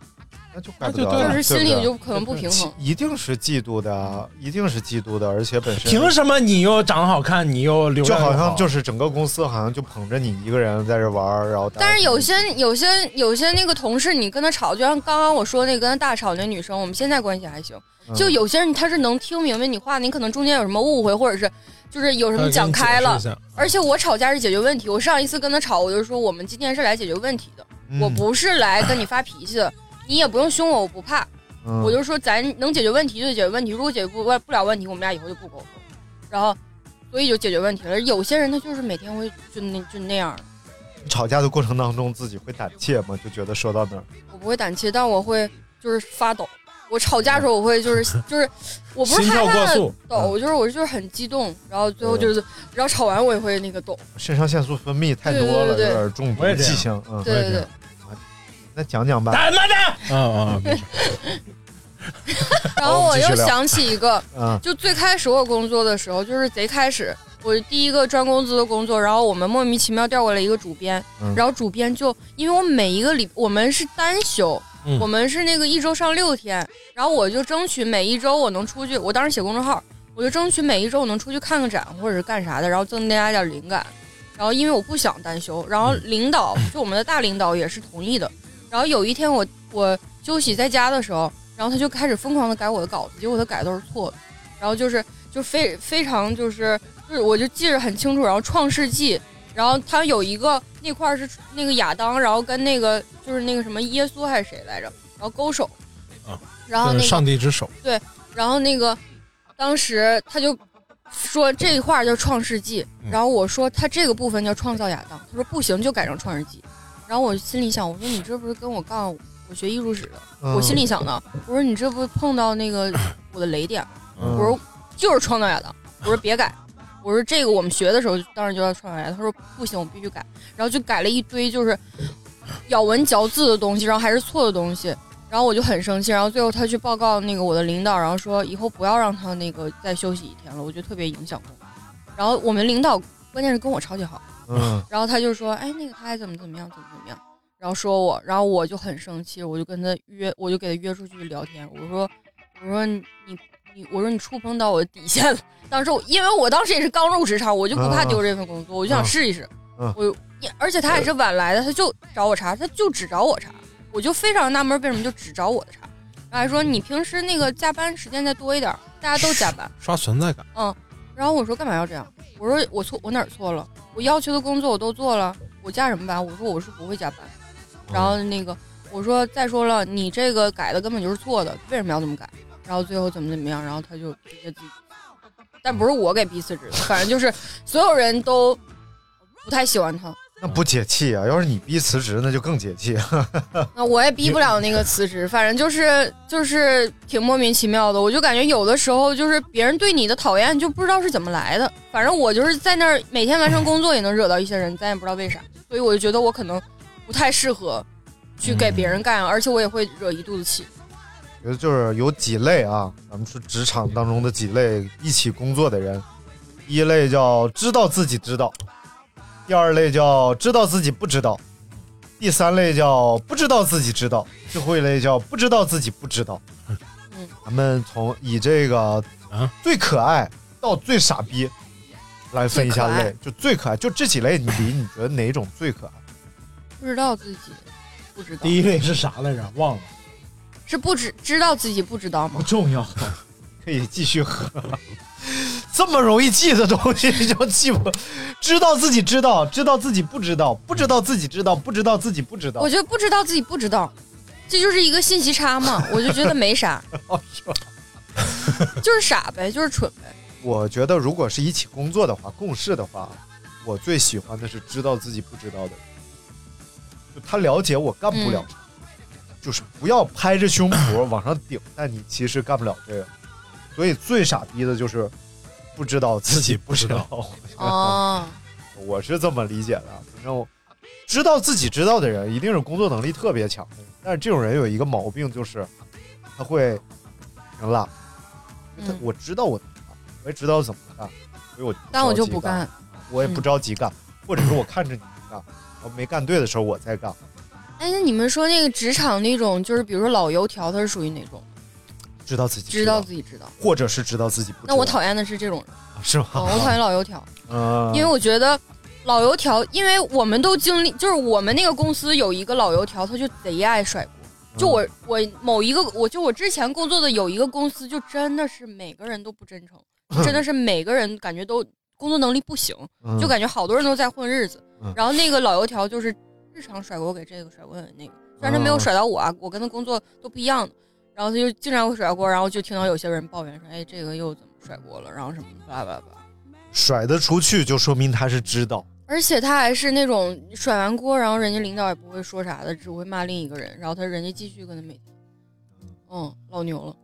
那就怪
那
不
就
得了，
就是心里
哎对不对
就可能不平衡。
一定是嫉妒的啊，一定是嫉妒的，而且本身
凭什么你又长得好看，你又流
就
量又
好像就是是整个公司好像就捧着你一个人在这玩儿，然后大家
但是有些有些有些那个同事，你跟他吵，就像刚刚我说那个跟他大吵那女生，我们现在关系还行。
嗯
就有些人他是能听明白你话，你可能中间有什么误会，或者是就是有什么讲开
他
了
给你解释一下。
而且我吵架是解决问题，我上一次跟他吵，我就说我们今天是来解决问题的，
嗯
我不是来跟你发脾气的，你也不用凶我，我不怕。
嗯
我就说咱能解决问题就解决问题，如果解决不不了问题，我们俩以后就不沟通。然后，所以就解决问题了。有些人他就是每天会就那就那样。
吵架的过程当中自己会胆怯嘛，就觉得说到哪儿，
我不会胆怯，但我会就是发抖。我吵架的时候，我会就是就是，我不是
心
害
跳过
怕
速嗯
抖，我就是我就是很激动，然后最后就是，然后吵完我也会那个抖。
肾上腺素分泌太多了，
对对对对
有点中毒
我也这样
记性。嗯，
对对对，
那讲讲吧。
他妈的，嗯嗯，
然后我
好我
又
们继续聊
想起一个
嗯，
就最开始我工作的时候，就是贼开始我第一个赚工资的工作，然后我们莫名其妙调过来一个主编
嗯，
然后主编就因为我每一个礼我们是单休
嗯，
我们是那个一周上六天，然后我就争取每一周我能出去，我当时写公众号，我就争取每一周我能出去看看展或者是干啥的，然后增加点灵感。然后因为我不想单休，然
嗯
后领导就我们的大领导也是同意的。然后有一天我我休息在家的时候，然后他就开始疯狂的改我的稿子，结果他改都是错的。然后就是就非非常就是就是我就记着很清楚，然后《创世纪》，然后他有一个那块儿是那个亚当，然后跟那个就是那个什么耶稣还是谁来着，然后勾手，然
啊
后那
就
个
是上帝之手，
对，然后那个当时他就说这一块儿叫《创世纪》，然后我说他这个部分叫《创造亚当》，他说不行就改成《创世纪》，然后我心里想，我说你这不是跟我杠？我学艺术史的，
嗯
我心里想的，我说你这不碰到那个我的雷点？
嗯
我说就是《创造亚当》，我说别改。我说这个我们学的时候当然就要创造亚当，他说不行，我必须改，然后就改了一堆就是咬文嚼字的东西，然后还是错的东西，然后我就很生气，然后最后他去报告那个我的领导，然后说以后不要让他那个再休息一天了，我觉得特别影响工作。然后我们领导关键是跟我超级好，
嗯
然后他就说，哎，那个他还怎么怎么样，怎么怎么样，然后说我，然后我就很生气，我就跟他约，我就给他约出去聊天，我说，我说你你，我说你触碰到我的底线了。当时我因为我当时也是刚入职场，我就不怕丢这份工作，我就想试一试。
嗯
我也而且他也是晚来的，他就找我茬，他就只找我茬，我就非常纳闷为什么就只找我的茬。然后还说你平时那个加班时间再多一点儿，大家都加班。
刷存在感。
嗯，然后我说干嘛要这样？我说我错，我哪儿错了？我要求的工作我都做了，我加什么班？我说我是不会加班。然后那个我说再说了，你这个改的根本就是错的，为什么要这么改？然后最后怎么怎么样？然后他就直接自己，但不是我给逼辞职的，反正就是所有人都不太喜欢他。
那不解气啊！要是你逼辞职，那就更解气。啊
那我也逼不了那个辞职，反正就是就是挺莫名其妙的。我就感觉有的时候就是别人对你的讨厌就不知道是怎么来的。反正我就是在那儿每天完成工作也能惹到一些人，咱也不知道为啥。所以我就觉得我可能不太适合去给别人干，而且我也会惹一肚子气。
觉得就是有几类啊，咱们说职场当中的几类一起工作的人，第一类叫知道自己知道，第二类叫知道自己不知道，第三类叫不知道自己知道，最后一类叫不知道自己不知道。
嗯
咱们从以这个
啊
最可爱到最傻逼来分一下
最可爱
类，就最可爱，就这几类，你比你觉得哪一种最可爱？
不知道自己不知道，
第一类是啥来着？忘了，
是不知知道自己不知道吗？
重要。
可以继续喝。 这么容易记的东西就记不，知道自己知道，知道自己不知道，不知道自己知道，不知道自己不知道。
我觉得不知道自己不知道，这就是一个信息差嘛。我就觉得没啥，就是傻呗，就是蠢呗。
我觉得如果是一起工作的话，共事的话，我最喜欢的是知道自己不知道的人，就他了解我干不了啥，就是不要拍着胸脯往上顶，但你其实干不了这个。所以最傻逼的就是不知道自己不知道。
哦，
我是这么理解的。啊反正我知道自己知道的人，一定是工作能力特别强的。但是这种人有一个毛病，就是他会挺懒。
嗯
他我知道我怎么干，我也知道怎么干，所以我
但我
着急
就不干，嗯
我也不着急干，或者是我看着你们干，然后没干对的时候我再干。
哎，那你们说那个职场那种，就是比如说老油条，他是属于哪种？
知道自己
知道自己知道。
或者是知道自己不知道。
那我讨厌的是这种人，
是吗？
哦我讨厌老油条，
嗯，
因为我觉得老油条，因为我们都经历，就是我们那个公司有一个老油条，他就贼爱甩锅。
嗯
就我我某一个，我就我之前工作的有一个公司，就真的是每个人都不真诚，就 真的是每个人感觉都工作能力不行，
嗯
就感觉好多人都在混日子
嗯。
然后那个老油条就是日常甩锅给这个甩锅给那个，虽然他没有
哦
甩到我啊，我跟他工作都不一样的。然后他就经常会甩锅，然后就听到有些人抱怨说：“哎，这个又怎么甩锅了？”然后什么巴拉巴拉。
甩得出去，就说明他是知道。
而且他还是那种甩完锅，然后人家领导也不会说啥的，只会骂另一个人，然后他人家继续跟他每天，嗯，老牛了。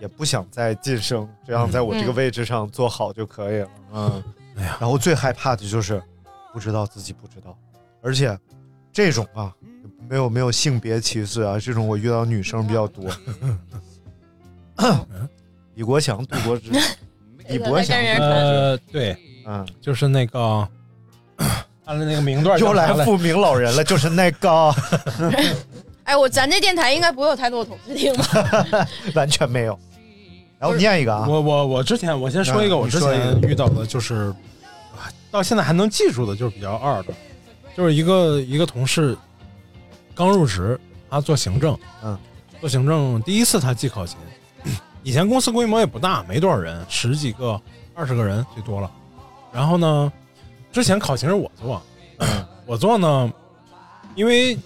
也不想再晋升，只想在我这个位置上做好就可以了。嗯，
哎
然后最害怕的就是不知道自己不知道，而且这种啊，没有没有性别歧视啊，这种我遇到女生比较多。
嗯
李国祥，杜国之，李国祥，
呃，对，
嗯，
就是那个， 按了那个名段
又来复明老人了，就是那个
哎，我咱这电台应该不会有太多同事听吧？
完全没有。然后念一个啊，
我我我之前我先说一个，
嗯
我之
你说一
前
个
遇到的就是啊到现在还能记住的，就是比较二的，就是一个一个同事刚入职，他做行政，
嗯，
做行政第一次他记考勤， 以前公司规模也不大，没多少人，十几个、二十个人最多了。然后呢，之前考勤是我做，
嗯
我做呢，因为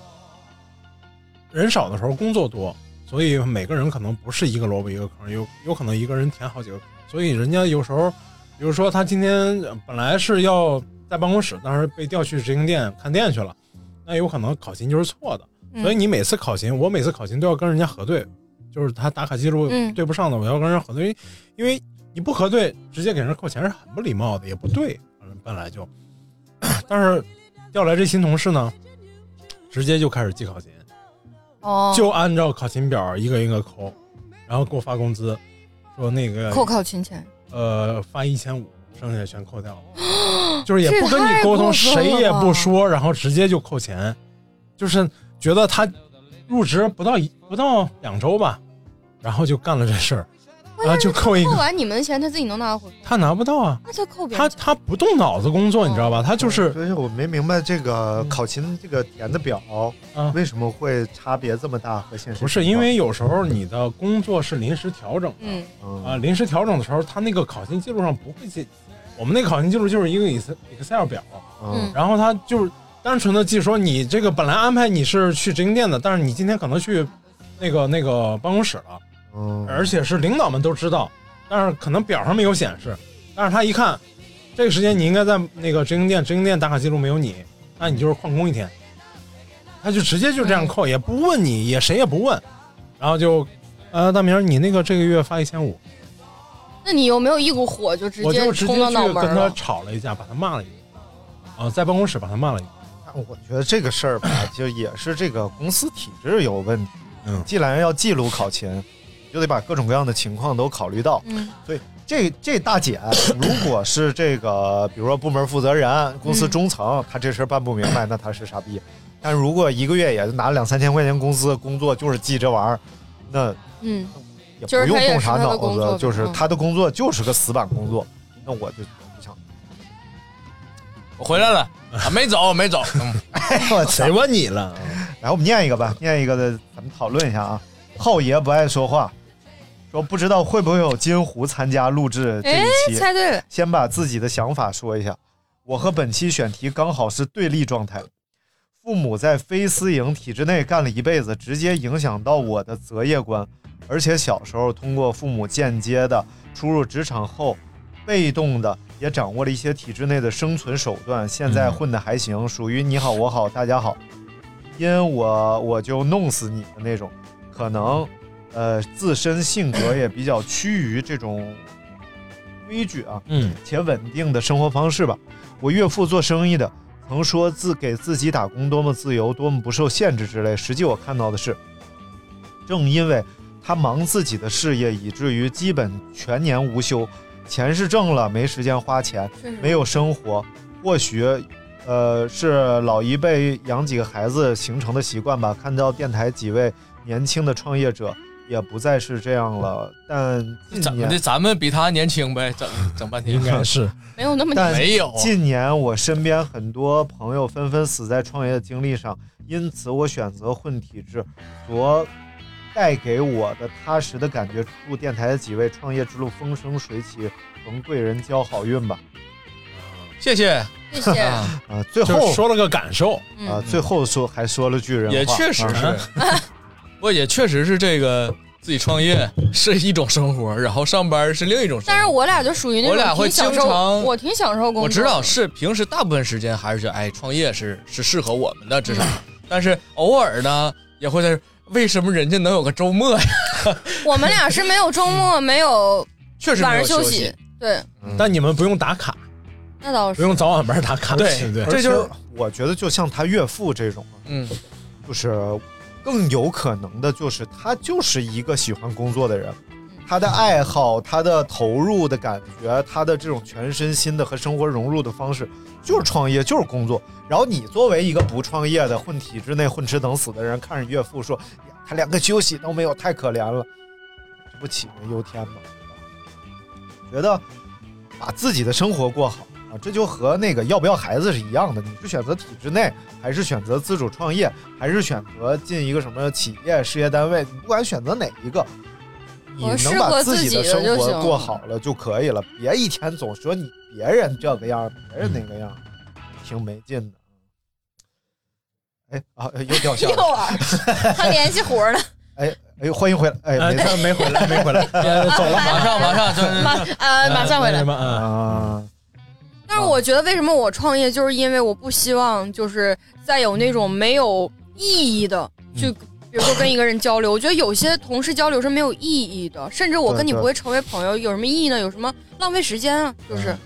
人少的时候工作多，所以每个人可能不是一个萝卜一个坑，有有可能一个人填好几个坑，所以人家有时候，比如说他今天呃本来是要在办公室，但是被调去直营店看店去了，那有可能考勤就是错的，
嗯
所以你每次考勤，我每次考勤都要跟人家核对，就是他打卡记录
嗯
对不上的，我要跟人核对，因为你不核对直接给人扣钱是很不礼貌的，也不对，反正本来就， 但是调来这新同事呢，直接就开始记考勤。
哦，
就按照考勤表一个一个扣，然后给我发工资，说那个
扣考勤钱，
呃发一千五，剩下全扣掉了，就是也不跟你沟通，
这也太过分了
谁
吧
也不说，然后直接就扣钱，就是觉得他入职不到一不到两周吧，然后就干了这事儿，啊，就扣一
扣
个，
完你们的钱，他自己能拿回，
他拿不到啊，
那他扣别人
他他不动脑子工作，你知道吧？他就是，
所以我没明白这个
嗯
考勤这个填的表为什么会差别这么大和现实情况。
啊不是因为有时候你的工作是临时调整的，
嗯
啊，临时调整的时候，他那个考勤记录上不会记，我们那个考勤记录就是一个 Excel Excel 表，
嗯
然后他就是单纯的记说你这个本来安排你是去直营店的，但是你今天可能去那个那个办公室了，
嗯，
而且是领导们都知道，但是可能表上没有显示，但是他一看这个时间你应该在那个直营店，直营店打卡记录没有你，那你就是旷工一天，他就直接就这样扣，也不问你，也谁也不问，然后就呃大明你那个这个月发一千五，
那你有没有一股火就直
我
接
就直接
冲
去
到脑门
跟他
了？
吵了一架，把他骂了一顿，啊、在办公室把他骂了一顿。
我觉得这个事儿吧，就也是这个公司体制有问题。
嗯，
既然要记录考勤，你就得把各种各样的情况都考虑到。
嗯，
所以这这大姐啊如果是这个，比如说部门负责人、公司中层，她这事儿办不明白，那她是傻逼。但如果一个月也拿两三千块钱工资，工作就是记这玩意儿，那
嗯，
也
就是
不
他
用
也
动
是
啥
他的
脑
工作
子，就是
嗯
她的工作就是个死板工作，那我就不想。
我回来了，啊没走没走，嗯
我
谁问你了？
来，我们念一个吧，念一个的，咱们讨论一下啊。浩爷不爱说话，说不知道会不会有金狐参加录制这一
哎
期。
猜对了
先把自己的想法说一下。我和本期选题刚好是对立状态，父母在非私营体制内干了一辈子，直接影响到我的择业观，而且小时候通过父母间接的出入职场后，被动的也掌握了一些体制内的生存手段，现在混得还行，属于你好我好大家好，因我我就弄死你的那种，可能，呃，自身性格也比较趋于这种规矩啊，
嗯，
且稳定的生活方式吧。我岳父做生意的，曾说自给自己打工多么自由，多么不受限制之类。实际我看到的是，正因为他忙自己的事业，以至于基本全年无休，钱是挣了，没时间花钱
确实，
没有生活。或许，呃，是老一辈养几个孩子形成的习惯吧。看到电台几位年轻的创业者，也不再是这样了。但
怎
近
么
年
的？咱们比他年轻呗，整整半天
应该是
没有那么
但
没有啊
近年我身边很多朋友纷纷死在创业的经历上，因此我选择混体制，所带给我的踏实的感觉。祝电台的几位创业之路风生水起，逢贵人交好运吧。
谢谢
谢谢
啊，最后
就说了个感受
嗯
啊，最后说还说了句人话，
也确实是
啊，
不过也确实是这个自己 创业是一种生活，然后上班是另一种生
但是我俩就属于那
我俩
种
会
挺享
经
受，
常
我挺享受工
活。
作。
我知道是平时大部分时间还是觉得哎，创业是是适合我们的，至少，
嗯
但是偶尔呢也会在为什么人家能有个周末呀？
我们俩是没有周末，没有
确实没有
晚上休
休息
对，
嗯
但你们不用打卡，
那倒
不
是。
用早晚班打卡，
对
对，
这就是我觉得就像他岳父这种，啊
嗯，
就是更有可能的就是他就是一个喜欢工作的人，他的爱好、他的投入的感觉、他的这种全身心的和生活融入的方式，就是创业，就是工作。然后你作为一个不创业的、混体制内混吃等死的人，看着岳父说：“哎呀，他连个休息都没有，太可怜了。”这不杞人忧天吗？觉得把自己的生活过好啊，这就和那个要不要孩子是一样的。你是选择体制内，还是选择自主创业，还是选择进一个什么企业、事业单位，你不管选择哪一个，你
我
能
适合
把
自
己
己
的
的
生
就
活
行
过好了就可以了，别一天总说你别人这个样儿，别人那个样儿，挺没劲的。哎啊，又掉 线
又
了。
玩儿，他联系活儿 呢，
哎哎，欢迎回来。哎，没事，没回 来，没回来，走了，
马
哎
上马 上就
马
嗯
呃马上回来。
嗯
啊。
但是我觉得为什么我创业，就是因为我不希望就是再有那种没有意义的
嗯
去。比如说跟一个人交流，我觉得有些同事交流是没有意义的，甚至我
对
跟你
对
不会成为朋友，有什么意义呢？有什么浪费时间啊？
嗯
就是，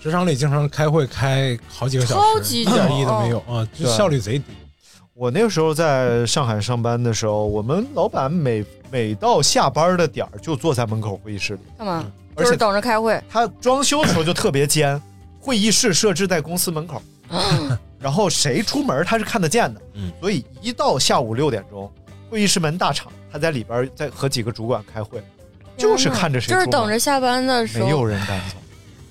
职场里经常开会开好几个小时，
超级
一
嗯
久
点意义都没
哦
有啊，就
对
效率贼低。
我那个时候在上海上班的时候，我们老板每每到下班的点儿就坐在门口会议室里，
干嘛？
嗯而
就是
且
等着开会。
他装修的时候就特别尖，会议室设置在公司门口，
哦
然后谁出门他是看得见的，所以一到下午六点钟，会议室门大敞，他在里边儿在和几个主管开会，就是看着谁
嗯就是
出
等
门
着下班的时候，
没有人敢走，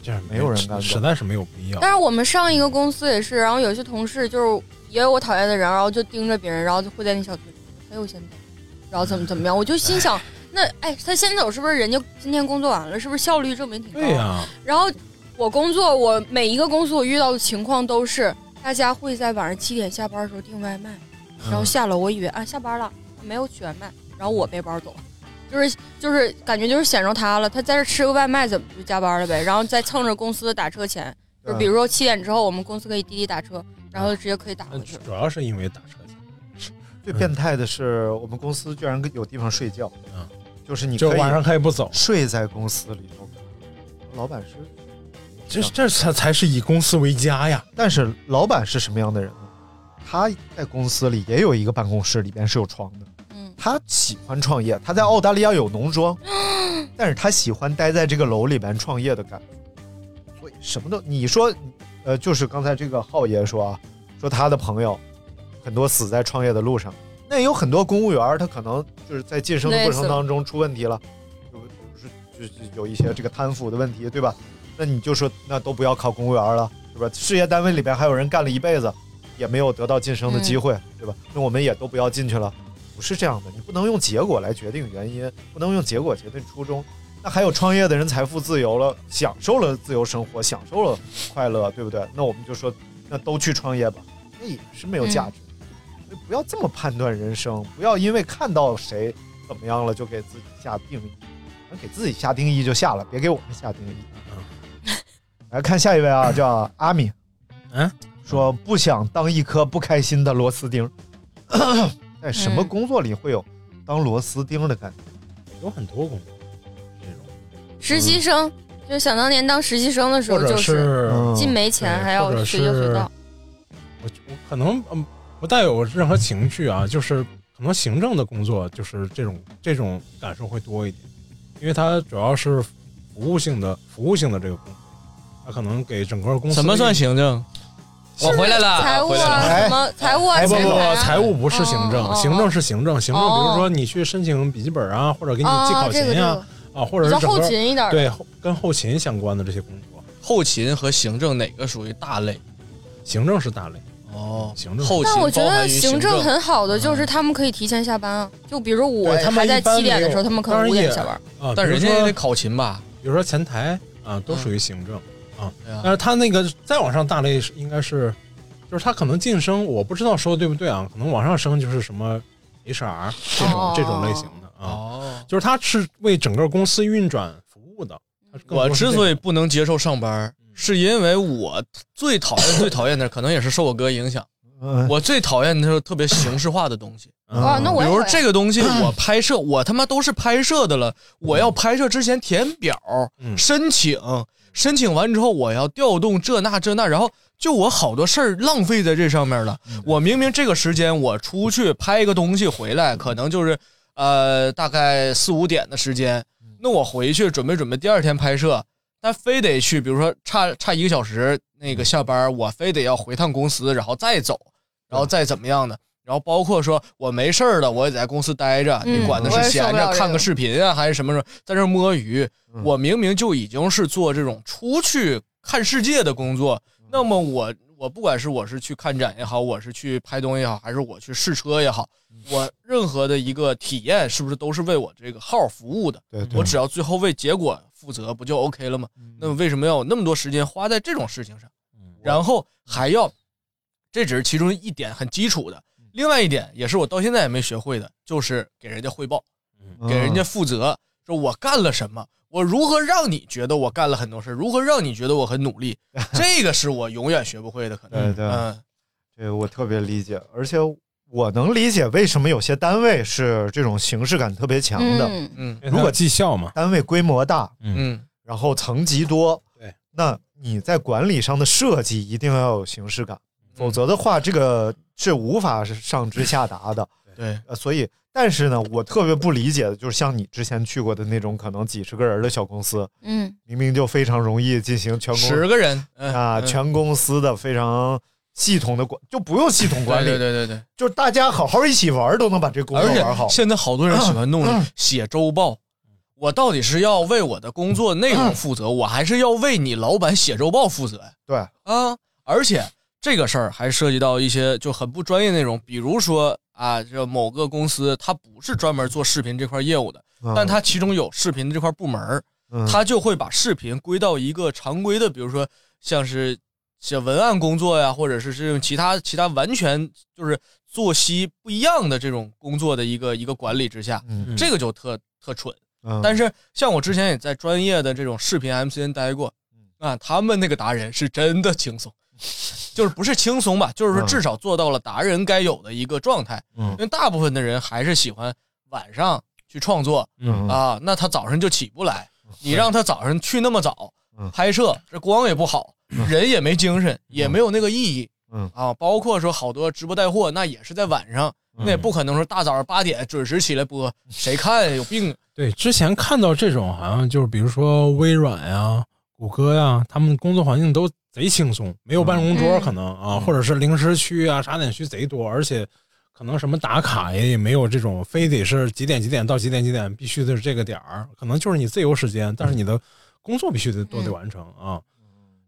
这样
没有人敢走，
实在是没有必要
但是我们上一个公司也是，然后有些同事就是也有我讨厌的人，然后就盯着别人，然后就会在那小区，哎，我先走，然后怎么怎么样，我就心想，那哎，他先走是不是人家今天工作完了，是不是效率证明挺高？
对呀、
然后我工作，我每一个公司我遇到的情况都是，大家会在晚上七点下班的时候订外卖，
嗯
然后下楼，我以为啊下班了，没有取外卖，然后我背包走了。就是就是感觉就是显着他了，他在这吃个外卖怎么就加班了呗？然后再蹭着公司的打车钱，就比如说七点之后我们公司可以滴滴打车，然后直接可以打回去。
呃主要是因为打车钱。
最变态的是，我们公司居然有地方睡觉，就是你
嗯就晚上可以不走，
睡在公司里头。老板是，
这这才才是以公司为家呀。
但是老板是什么样的人呢？他在公司里也有一个办公室，里边是有床的。
嗯，
他喜欢创业，他在澳大利亚有农庄，但是他喜欢待在这个楼里边创业的感觉。所以什么都，你说，呃，就是刚才这个浩爷说啊，说他的朋友很多死在创业的路上，那也有很多公务员儿，他可能就是在晋升的过程当中出问题了，就是就是有一些这个贪腐的问题，对吧？那你就说那都不要考公务员儿了，对吧？事业单位里边还有人干了一辈子，也没有得到晋升的机会，对吧？那我们也都不要进去了。不是这样的，你不能用结果来决定原因，不能用结果决定初衷。那还有创业的人财富自由了，享受了自由生活，享受了快乐，对不对？那我们就说，那都去创业吧，那也是没有价值。所以不要这么判断人生，不要因为看到谁怎么样了就给自己下定义，能给自己下定义就下了，别给我们下定义。来看下一位啊，叫阿米，
嗯，
说不想当一颗不开心的螺 丝钉。在什么工作里会有当螺丝钉的感觉？
嗯有很多工作，
实习生就是想当年当实习生的时候，
或者嗯
就是
嗯
既没
对
钱还要
或者
随叫随
是
到。
我我可能嗯不带有任何情绪啊，就是可能行政的工作就是这种这种感受会多一点，因为它主要是服务性的服务性的这个工作，它可能给整个公司
什么算行政？我回来了，
财务
回来了
啊，什么财务啊，
哎不
存
不
款
不，
啊
财务不是行
哦
政，
哦
行政是行政，行政比如
哦
说你去申请笔记本啊，或者给你
哦
寄考
这个
勤呀、
哦这个
啊，或者是
比较
整个
后勤一点的
对后跟后勤相关的这些工作，
后勤和行政哪个属于大类？
行政是大类
哦，
行政啊
后勤
但我觉
包含
得
于
行
政
政很好的就是他们可以提前下班啊，就比如我
嗯对他们
还在
一般
七点
没
的
有
时候，他们可
当
能
然
五点
也
下班。
啊，
但
比如
人家
说
也得考勤吧？
比如说前台啊，都属于行政
嗯
啊
对啊。
但是他那个再往上大类是应该是，就是他可能晋升，我不知道说的对不对啊，可能往上升就是什么 HR 这种、
哦
这种类型的啊，
哦、
就是他是为整个公司运转服务的。他更
我
多是这
之
嗯
所以
种
不能接受上班，是因为我最讨厌最讨厌的，可能也是受我哥影响。
嗯
我最讨厌的就是特别形式化的东西。
哦那我也
比如
讨厌
这 个东西，我拍摄，我他妈都是拍摄的了。我要拍摄之前填表、申请，申请完之后我要调动这那这那，然后就我好多事儿浪费在这上面了。我明明这个时间我出去拍一个东西回来，可能就是呃大概四五点的时间，嗯那我回去准备准备第二天拍摄，但非得去，比如说差差一个小时那个下班，我非得要回趟公司，然后再走，然后再怎么样的。然后包括说我没事儿了，我也在公司待着，
嗯
你管的
我也
是
受
闲
不了
着
这
看
个
个视频啊，还是什么什么，在这儿摸鱼。我明明就已经是做这种出去看世界的工作，那么我我不管是我是去看展也好，我是去拍东西也好，还是我去试车也好，我任何的一个体验是不是都是为我这个号服务的？
对对嗯
我只要最后为结果负责，不就 OK 了吗？那么为什么要有那么多时间花在这种事情上？然后还要，这只是其中一点很基础的，
嗯
另外一点也是我到现在也没学会的，就是给人家汇报，
嗯
给人家负责，说我干了什么，我如何让你觉得我干了很多事，如何让你觉得我很努 力，这个是我永远学不会的，可
对
能。
对，
嗯，
这个我特别理解，而且我能理解为什么有些单位是这种形式感特别强的。
嗯嗯
如果
绩效嘛，
单位规模大，
嗯，
然后层级多，
对，
那你在管理上的设计一定要有形式感，
嗯
否则的话，这个是无法上知下达的。
嗯对，
呃，所以，但是呢，我特别不理解的就是像你之前去过的那种可能几十个人的小公司，
嗯，
明明就非常容易进行全公
十个人嗯
啊，
嗯
全公司的非常系统的管，就不用系统管理，
对对对对对。
就是大家好好一起玩儿都能把这工作
而且
玩好。
现在好多人喜欢弄
嗯
写周报，我到底是要为我的工作内容负责，我还是要为你老板写周报负责呀？
对
啊，而且这个事儿还涉及到一些就很不专业内容，比如说啊，这某个公司它不是专门做视频这块业务的，
嗯
但它其中有视频这块部门儿，
嗯
它就会把视频归到一个常规的，比如说像是写文案工作呀，或者是这种其他其他完全就是作息不一样的这种工作的一个一个管理之下，
嗯
这个就特特蠢。
嗯
但是像我之前也在专业的这种视频 MCN 待过，
嗯
啊，他们那个达人是真的 轻松，就是不是轻松吧，就是说
嗯
至少做到了达人该有的一个状态。
嗯
因为大部分的人还是喜欢晚上去创作，
嗯
啊，那他早上就起不来，你让他早上去那么早拍摄，这光也不好，人也没精神，也没有那个意义。
嗯
啊，包括说好多直播带货，那也是在晚上，那也不可能说大早上八点准时起来播，谁看呀有病啊！
对，之前看到这种好像就是，比如说微软呀、谷歌呀、他们工作环境都贼轻松，没有办公桌
嗯
可能啊，或者是零食区啊、茶点区贼多，而且可能什么打卡呀也没有这种，非得是几点几点到几点几点必须得是这个点儿，可能就是你自由时间，但是你的工作必须得都
嗯
得完成啊。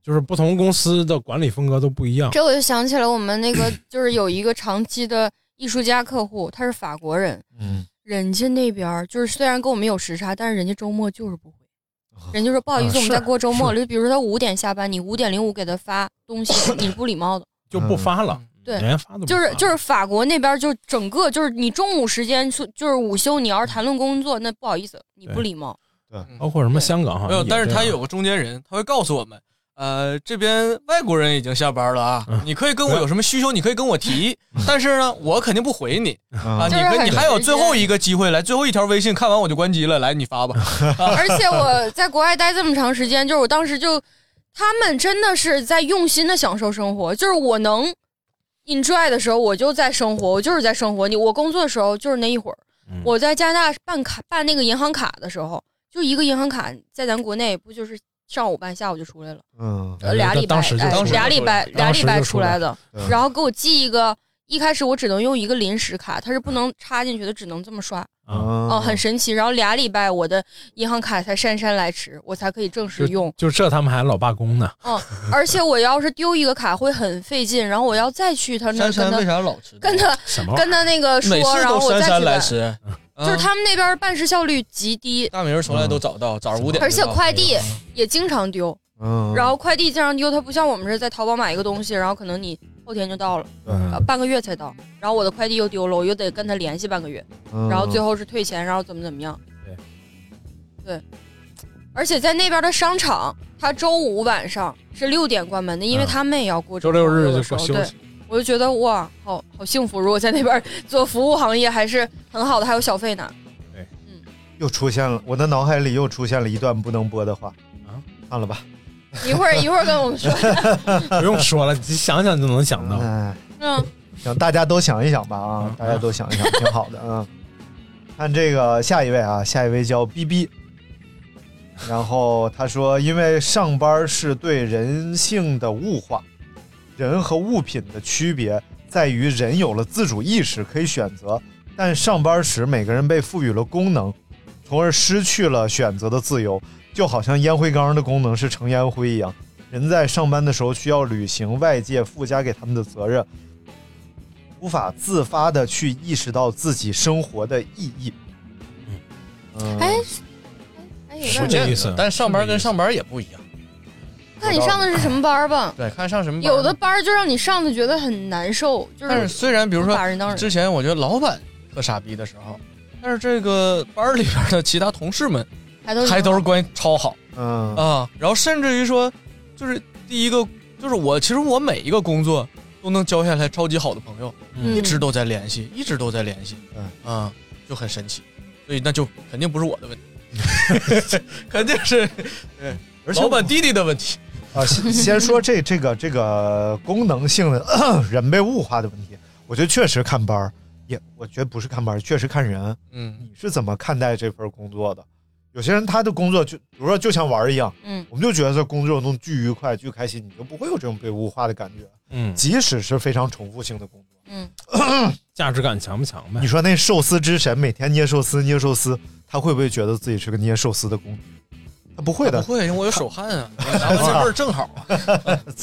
就是不同公司的管理风格都不一样。
这我就想起来我们那个就是有一个长期的艺术家客户，他是法国人，
嗯，
人家那边儿就是虽然跟我们有时差，但是人家周末就是不回，人家说不好意思，
啊
我们在
是
过周末。
是
就比如说他五点下班，你五点零五给他发东西，你不礼貌的。
就不发了，
对
人家发都不发啊
就是就是法国那边就整个就是你中午时间说就是午休，你要是谈论工作，那不好意思，你不礼貌。
对，
包括什么香港好像
没有，
也
但是
这
他
样
有个中间人，他会告诉我们，呃，这边外国人已经下班了啊，你可以跟我有什么需求，你可以跟我提，但是呢，我肯定不回你
嗯
啊，你
就是
跟
很
你还有
直接
最后一个机会来，最后一条微信看完我就关机了，来你发吧。啊
而且我在国外待这么长时间，就是我当时就他们真的是在用心的享受生活，就是我能 enjoy 的时候我就在生活，我就是在生活。你我工作的时候就是那一会儿，我在加拿大办卡办那个银行卡的时候，就一个银行卡在咱国内不就是上午办，下午就出来了。
嗯
呃，俩礼拜，哎，俩礼拜，俩礼拜出来的。嗯然后给我寄一个，一开始我只能用一个临时卡，它是不能插进去的，只能这么刷。
嗯
哦，
哦
很神奇。然后俩礼拜，我的银行卡才姗姗来迟，我才可以正式用。
就这他们还老罢工呢。
嗯，而且我要是丢一个卡会很费劲，然后我要再去他那儿跟他
老迟？
跟他
什么玩意儿
跟他那个说，
每次
然后
都
我
姗
再去
姗来
办。
迟，嗯
就是他们那边办事效率极低，
大明儿从来都早到，早上五点就到。嗯
而且快递也经常丢，
嗯
然后快递经常丢，它不像我们是在淘宝买一个东西，然后可能你后天就到了，
嗯
呃半个月才到，然后我的快递又丢了，我又得跟他联系半个月，
嗯
然后最后是退钱，然后怎么怎么样，
对，
对，而且在那边的商场，它周五晚上是六点关门的，因为
嗯
他们也要过
周六日
的
就
时
过
候，
休
对
息。
我就觉得哇，好好幸福！如果在那边做服务行业还是很好的，还有小费拿。
又出现了，我的脑海里又出现了一段不能播的话啊，算了吧，
一会儿一会儿跟我们说。
不用说了，你想想就能想到。
哎
嗯，
行，大家都想一想吧啊，大家都想一想，挺好的啊。看这个下一位啊，下一位叫 B B，然后他说，因为上班是对人性的物化，人和物品的区别在于人有了自主意识，可以选择，但上班时每个人被赋予了功能，从而失去了选择的自由，就好像烟灰缸的功能是盛烟灰一样。人在上班的时候需要履行外界附加给他们的责任，无法自发的去意识到自己生活的意义。嗯，
哎，哎，有
不
点儿
见得但上班跟上班也不一样。
看你上的是什么班儿吧。
对，看上什么班
有的班儿就让你上的觉得很难受，就是
但是虽然比如
不把人当
说
人
之前我觉得老板特傻逼的时候，但是这个班儿里边的其他同事们
还都
还都是关系超好
嗯
啊，然后甚至于说，就是第一个就是我其实我每一个工作都能交下来超级好的朋友，
嗯
一直都在联系，一直都在联系，
嗯
啊，就很神奇，所以那就肯定不是我的问题， 肯定是对
而且
老板弟弟的问题。
啊，先先说这这个这个功能性的 咳嗽人被物化的问题，我觉得确实看班儿，也我觉得不是看班儿，确实看人。
嗯，
你是怎么看待这份工作的？有些人他的工作就，比如说就像玩儿一样，
嗯
我们就觉得这工作中巨愉快、巨开心，你就不会有这种被物化的感觉。
嗯
即使是非常重复性的工作，
嗯，
价值感强不强呗？
你说那寿司之神每天捏寿司、捏寿司，他会不会觉得自己是个捏寿司的工？他不会的，
不会，因为我有手汗啊，我拿完这味儿正好。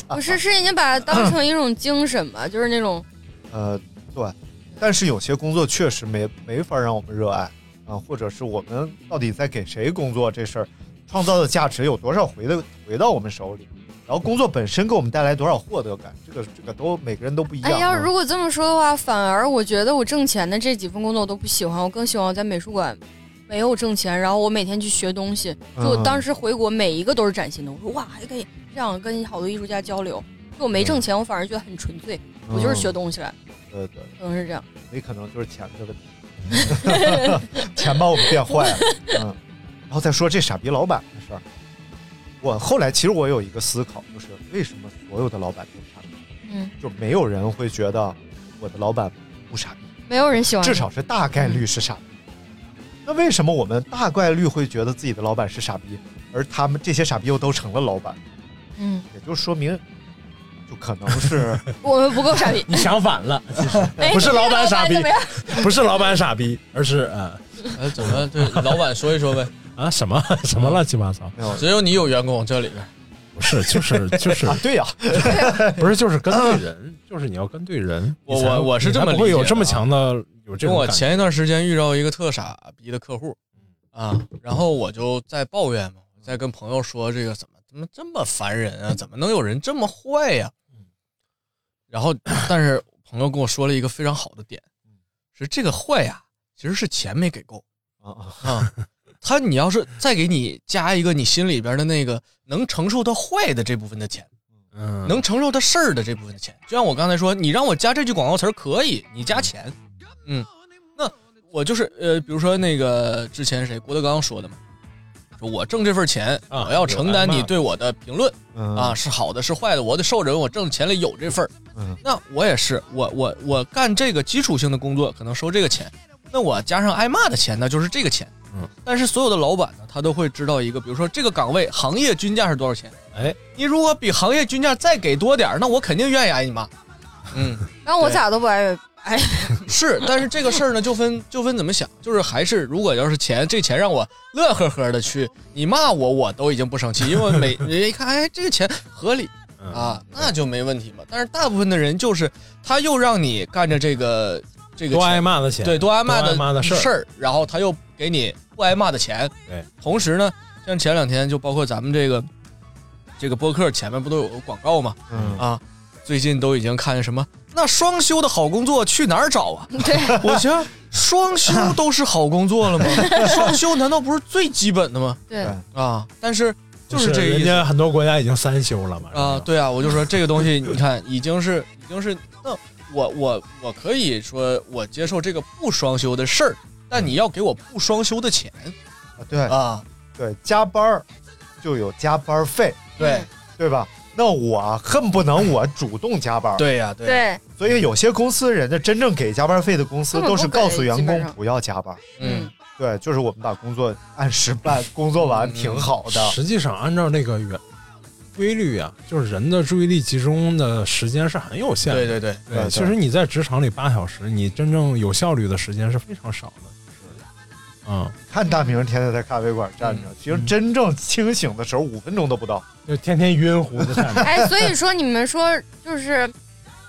不是，是人家把它当成一种精神吧，就是那种
呃，对，但是有些工作确实没没法让我们热爱啊，或者是我们到底在给谁工作这事儿，创造的价值有多少回的回到我们手里，然后工作本身给我们带来多少获得感，这个这个都每个人都不一样
哎，
啊。
要是如果这么说的话，反而我觉得我挣钱的这几份工作我都不喜欢，我更喜欢我在美术馆没有挣钱，然后我每天去学东西。就我
嗯
当时回国，每一个都是崭新的。我说哇，还可以这样跟好多艺术家交流。就我没挣钱，我反而觉得很纯粹，我
嗯
就是学东西来，
对对，
可能是这样。
也可能就是钱的问题， 钱把我们变坏了。嗯，然后再说这傻逼老板的事儿，我后来其实我有一个思考，就是为什么所有的老板都是傻逼？
嗯，
就没有人会觉得我的老板不傻逼，
没有人喜欢
至少是大概率是傻逼。那为什么我们大概率会觉得自己的老板是傻逼，而他们这些傻逼又都成了老板？
嗯，
也就说明，就可能 是
我们不够傻逼
你想反了，其实
哎
不是老板傻逼
你这个老板怎么样，
不是老板傻逼，而是啊，
呃，怎么对老板说一说呗？
啊，什么什么乱七八糟？
只有你有员工这里边，
不是，就是就是，
啊对呀、
不是就是跟对人，就是你要跟对人。
呃我
你才
我我是
你才
这么
不会
理解
有
的
这么
啊
强的有这
因
种
为我
感觉嗯
前一段时间遇到一个特傻逼的客户，啊，然后我就在抱怨嘛，我在跟朋友说这个怎么怎么这么烦人啊，怎么能有人这么坏呀、
嗯
然后，但是朋友跟我说了一个非常好的点，
嗯
是这个坏呀、其实是钱没给 够
啊
啊。他你要是再给你加一个你心里边的那个能承受他坏的这部分的钱，
嗯，
能承受他事儿的这部分的钱，就像我刚才说，你让我加这句广告词儿可以，你加钱，嗯，那我就是呃，比如说那个之前谁郭德纲说的嘛，说我挣这份钱，
啊
我要承担
有挨
你
骂
对我的评论、
嗯
啊，是好的，是坏的，我得受人，我挣的钱里有这份儿
嗯，
那我也是，我我我干这个基础性的工作，可能收这个钱，那我加上挨骂的钱呢，就是这个钱。
嗯，
但是所有的老板呢，他都会知道一个，比如说这个岗位行业均价是多少钱。
哎，
你如果比行业均价再给多点儿，那我肯定愿意挨你骂。嗯，
然后我
对
咋都不爱哎，
是，但是这个事儿呢，就分就分怎么想，就是还是如果要是钱，这钱让我乐呵呵的去，你骂我我都已经不生气，因为每 人一看，哎，这个钱合理
嗯
啊，那就没问题嘛。但是大部分的人就是他又让你干着这个这个
多
钱
挨骂的钱
对，多挨骂
多
的
挨骂的事儿
事儿，然后他又给你不挨骂的钱，
对，
同时呢，像前两天就包括咱们这个这个播客前面不都有个广告嘛，
嗯
啊，最近都已经看什么那双休的好工作去哪儿找啊？
对，
我觉得双休都是好工作 了吗？双休难道不是最基本的吗？
对
啊，但是就
就是
这个意
人
思
家很多国家已经三休了嘛。
啊，对啊，我就说这个东西， 你看已经是已经是那我我我可以说我接受这个不双休的事儿，但你要给我不双休的钱，
对
啊，
对，加班儿就有加班儿费，
对
嗯
对吧？那我啊恨不能我主动加班儿，
对呀对呀
所以有些公司人家真正给加班费的公司
根本
都
不
是告诉
给
员
基本
工
上
不要加班，
嗯，
对，就是我们把工作按时办，工作完
嗯
挺好的，
实际上，按照那个原规律啊，就是人的注意力集中的时间是很有限的。
对对对
对
对对
其实你在职场里八小时，你真正有效率的时间是非常少的。嗯，
看大明天天在咖啡馆站着，其实真正清醒的时候五分钟都不到，
就天天晕乎的在
哎，所以说你们说就是，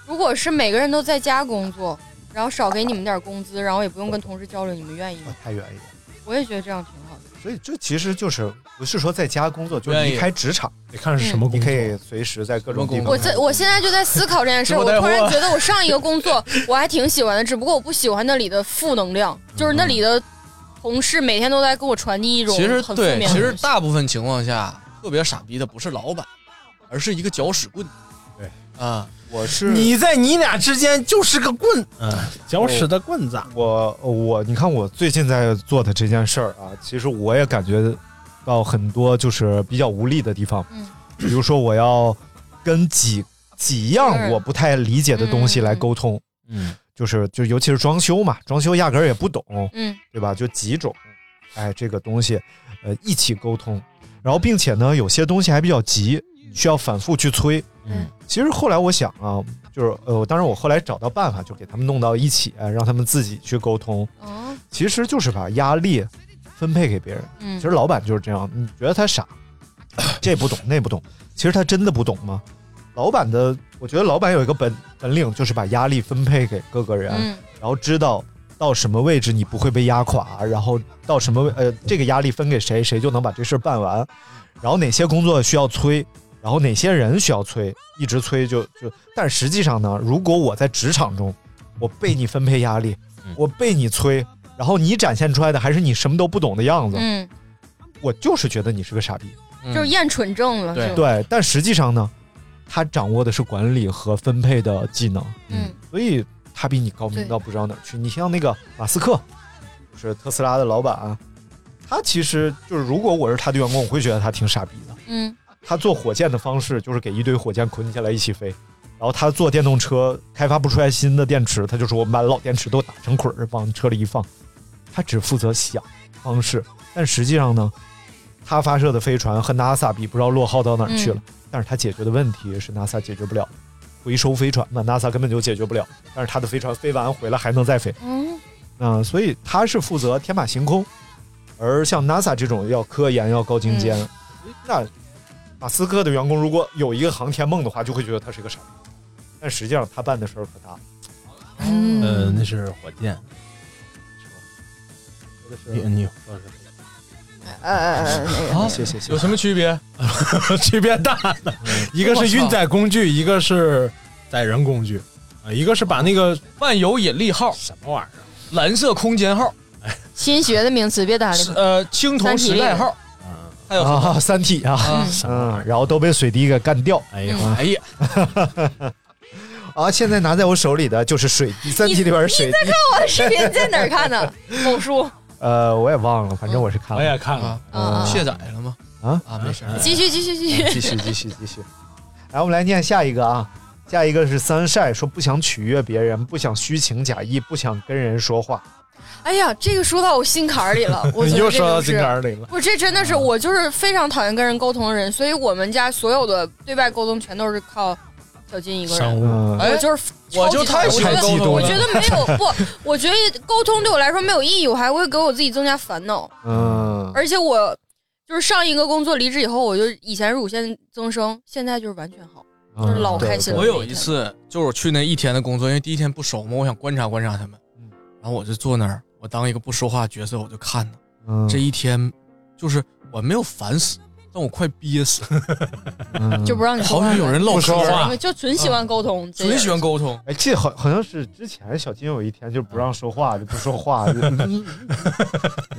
如果是每个人都在家工作，然后少给你们点工资，然后也不用跟同事交流，你们愿意
嗯
吗？
太远一点。
我也觉得这样挺好的。
所以这其实就是不是说在家工作，就是
愿意
离开职场，
你看
是什么
你可以随时在各种地方。
我在我现在就在思考这件事儿，
直
我
播带
突
货
然觉得我上一个工作我还挺喜欢的，只不过我不喜欢那里的负能量，就是那里的同事每天都在给我传递一种
其实
很负
对
面，的
其实
东西
大部分情况下，特别傻逼的不是老板，而是一个搅屎棍。
对
啊，
我是
你在你俩之间就是个棍，嗯，搅屎的棍子。啊
哦我我你看我最近在做的这件事儿啊，其实我也感觉到很多就是比较无力的地方，
嗯
比如说我要跟几几样我不太理解的东西来沟通，
嗯，
就是就尤其是装修嘛，装修压根儿也不懂，
嗯，
对吧？就几种，哎，这个东西，呃，一起沟通，然后并且呢，有些东西还比较急，需要反复去催。
嗯，
其实后来我想啊，就是呃，当然我后来找到办法，就给他们弄到一起，哎让他们自己去沟通。
哦，
其实就是把压力分配给别人。
嗯
其实老板就是这样，你觉得他傻，这不懂那不懂，其实他真的不懂吗？老板的，我觉得老板有一个本本领，就是把压力分配给各个人，
嗯
然后知道到什么位置你不会被压垮，然后到什么位呃这个压力分给谁，谁就能把这事儿办完，然后哪些工作需要催，然后哪些人需要催，一直催就就。但实际上呢，如果我在职场中，我被你分配压力，我被你催，然后你展现出来的还是你什么都不懂的样子，
嗯，
我就是觉得你是个傻逼。
嗯
就是厌蠢症了，是吧，
对，但实际上呢，他掌握的是管理和分配的技能，
嗯，
所以他比你高明到不知道哪儿去。你像那个马斯克，就是特斯拉的老板啊，他其实就是如果我是他的员工，我会觉得他挺傻逼的。
嗯
他做火箭的方式就是给一堆火箭捆起来一起飞，然后他做电动车开发不出来新的电池，他就说我们把老电池都打成捆儿往车里一放，他只负责想方式，但实际上呢，他发射的飞船和 NASA 比不知道落后到哪儿去了，但是他解决的问题是 NASA 解决不了的，回收飞船嘛，NASA 根本就解决不了，但是他的飞船飞完回来还能再飞，
嗯
嗯，所以他是负责天马行空，而像 NASA 这种要科研、要高精尖，
嗯
那马斯克的员工如果有一个航天梦的话，就会觉得他是个傻逼。但实际上他办的事儿可大了，
嗯
呃，那是火箭，你你
呃，
啊，
啊谢谢谢谢。
有什么区 别？区别大呢，
嗯
一个是运载工具，一个是载人工具，啊，一个是把那个
万有引力号
什么玩意儿，
蓝色空间号，
新学的名词别搭理
是。呃，青铜时代号，还有什
啊，
么？
三体啊，嗯，然后都被水滴给干掉。
哎
呀，
哎呀，
啊，现在拿在我手里的就是水滴，三体里边水
你
滴。
在看我的 视频在哪儿看的？某书。
呃，我也忘了，反正我是看了。
我也看了，哎
嗯
啊卸载了吗？
啊
啊，没事儿，
继续继续继续
继续继续继续。来，我们来念下一个啊，下一个是三晒说不想取悦别人，不想虚情假意，不想跟人说话。
哎呀，这个说到我心坎儿里了， 我觉得
又
这
说到
就是
心坎儿里了
不，这真的是我就是非常讨厌跟人沟通的人，所以我们家所有的对外沟通全都是靠小金一个人。
嗯
我就是
哎我就
超
太
级
喜
讨
欢
厌
沟通了
我觉得没有不，我觉得沟通对我来说没有意义，我还会给我自己增加烦恼。
嗯，
而且我就是上一个工作离职以后，我就以前乳腺增生，现在就是完全好，
嗯
就是老开心了。
我有一次，就是我去那一天的工作，因为第一天不熟嘛，我想观察观察他们。
嗯
然后我就坐那儿，我当一个不说话角色，我就看呢。
嗯
这一天，就是我没有烦死，但我快憋死，
嗯
就不让你说
好
话
想有人唠嗑啊，
就纯喜欢沟通，这
纯
人
喜欢沟通。
哎，这好好像是之前小金有一天就不让说话，就不说话， 就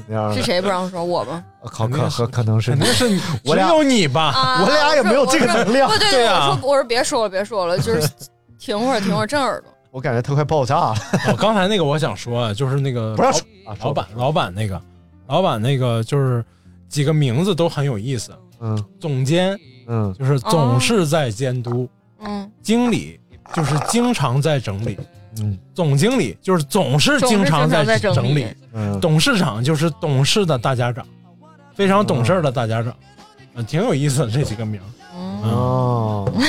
那样的
是谁不让说我吗？
啊
可可可可能是肯定
是 你，
我俩
只有你吧，
啊，
我俩也没有这个能量
我说对
对啊
我说我说别说了，别说了，就是停会儿，停会儿，震耳朵。
我感觉他快爆炸了，
我哦刚才那个我想说，就是那个
不让
老
说啊
嗯老板，老板那个，老板那个就是几个名字都很有意思，
嗯
总监
嗯，
就是总是在监督，
嗯，
经理就是经常在整理，
嗯，
总经理就是总是经常在
总是经常在整
理
理，
嗯
董事长就是懂事的大家长，非常懂事儿的大家长，嗯，挺有意思的这几个名儿，嗯
哦，
嗯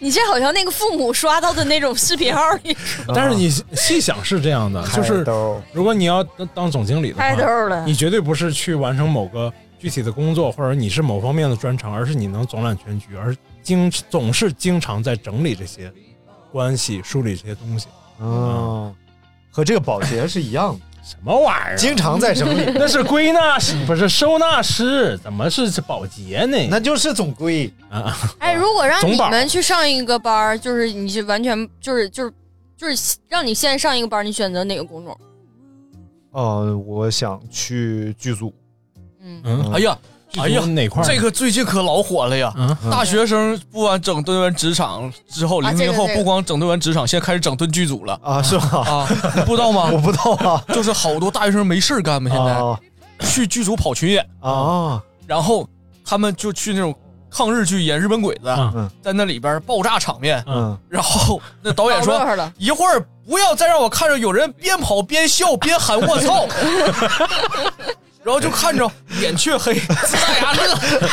你这好像那个父母刷到的那种视频号 里，
但是你细想是这样的，就是
开兜
如果你要当当总经理的话，
太逗
啊
了
你绝对不是去完成某个具体的工作，或者你是某方面的专长，而是你能总揽全局，而经总是经常在整理这些关系、梳理这些东西。
哦，和这个保洁是一样的，
什么玩意儿？啊
经常在整理，
那是归纳师，不是收纳师，怎么是保洁呢？
那就是总归
啊，
哎，如果让你
总宝
们去上一个班儿，就是你是完全就是就是就是让你先上一个班儿，你选择哪个工种？
哦，我想去剧组，
嗯
嗯
哎呀，哎呀，
哪块儿？
这个最近可老火了呀！
嗯
大学生不完整顿完职场之后，
啊
零
这个
零后
这个
不光整顿完职场，现在开始整顿剧组了
啊，是吧？
啊！你不知道吗
我？不知道啊，
就是好多大学生没事儿干
啊
嘛，现在
哦
去剧组跑群演，
哦，
然后他们就去那种抗日剧演日本鬼子，
嗯
在那里边爆炸场面，
嗯，
然后那导演
老乐
说
呵了
一会儿不要再让我看着有人边跑边笑边喊我 操，然后就看着眼却黑，呲大牙乐，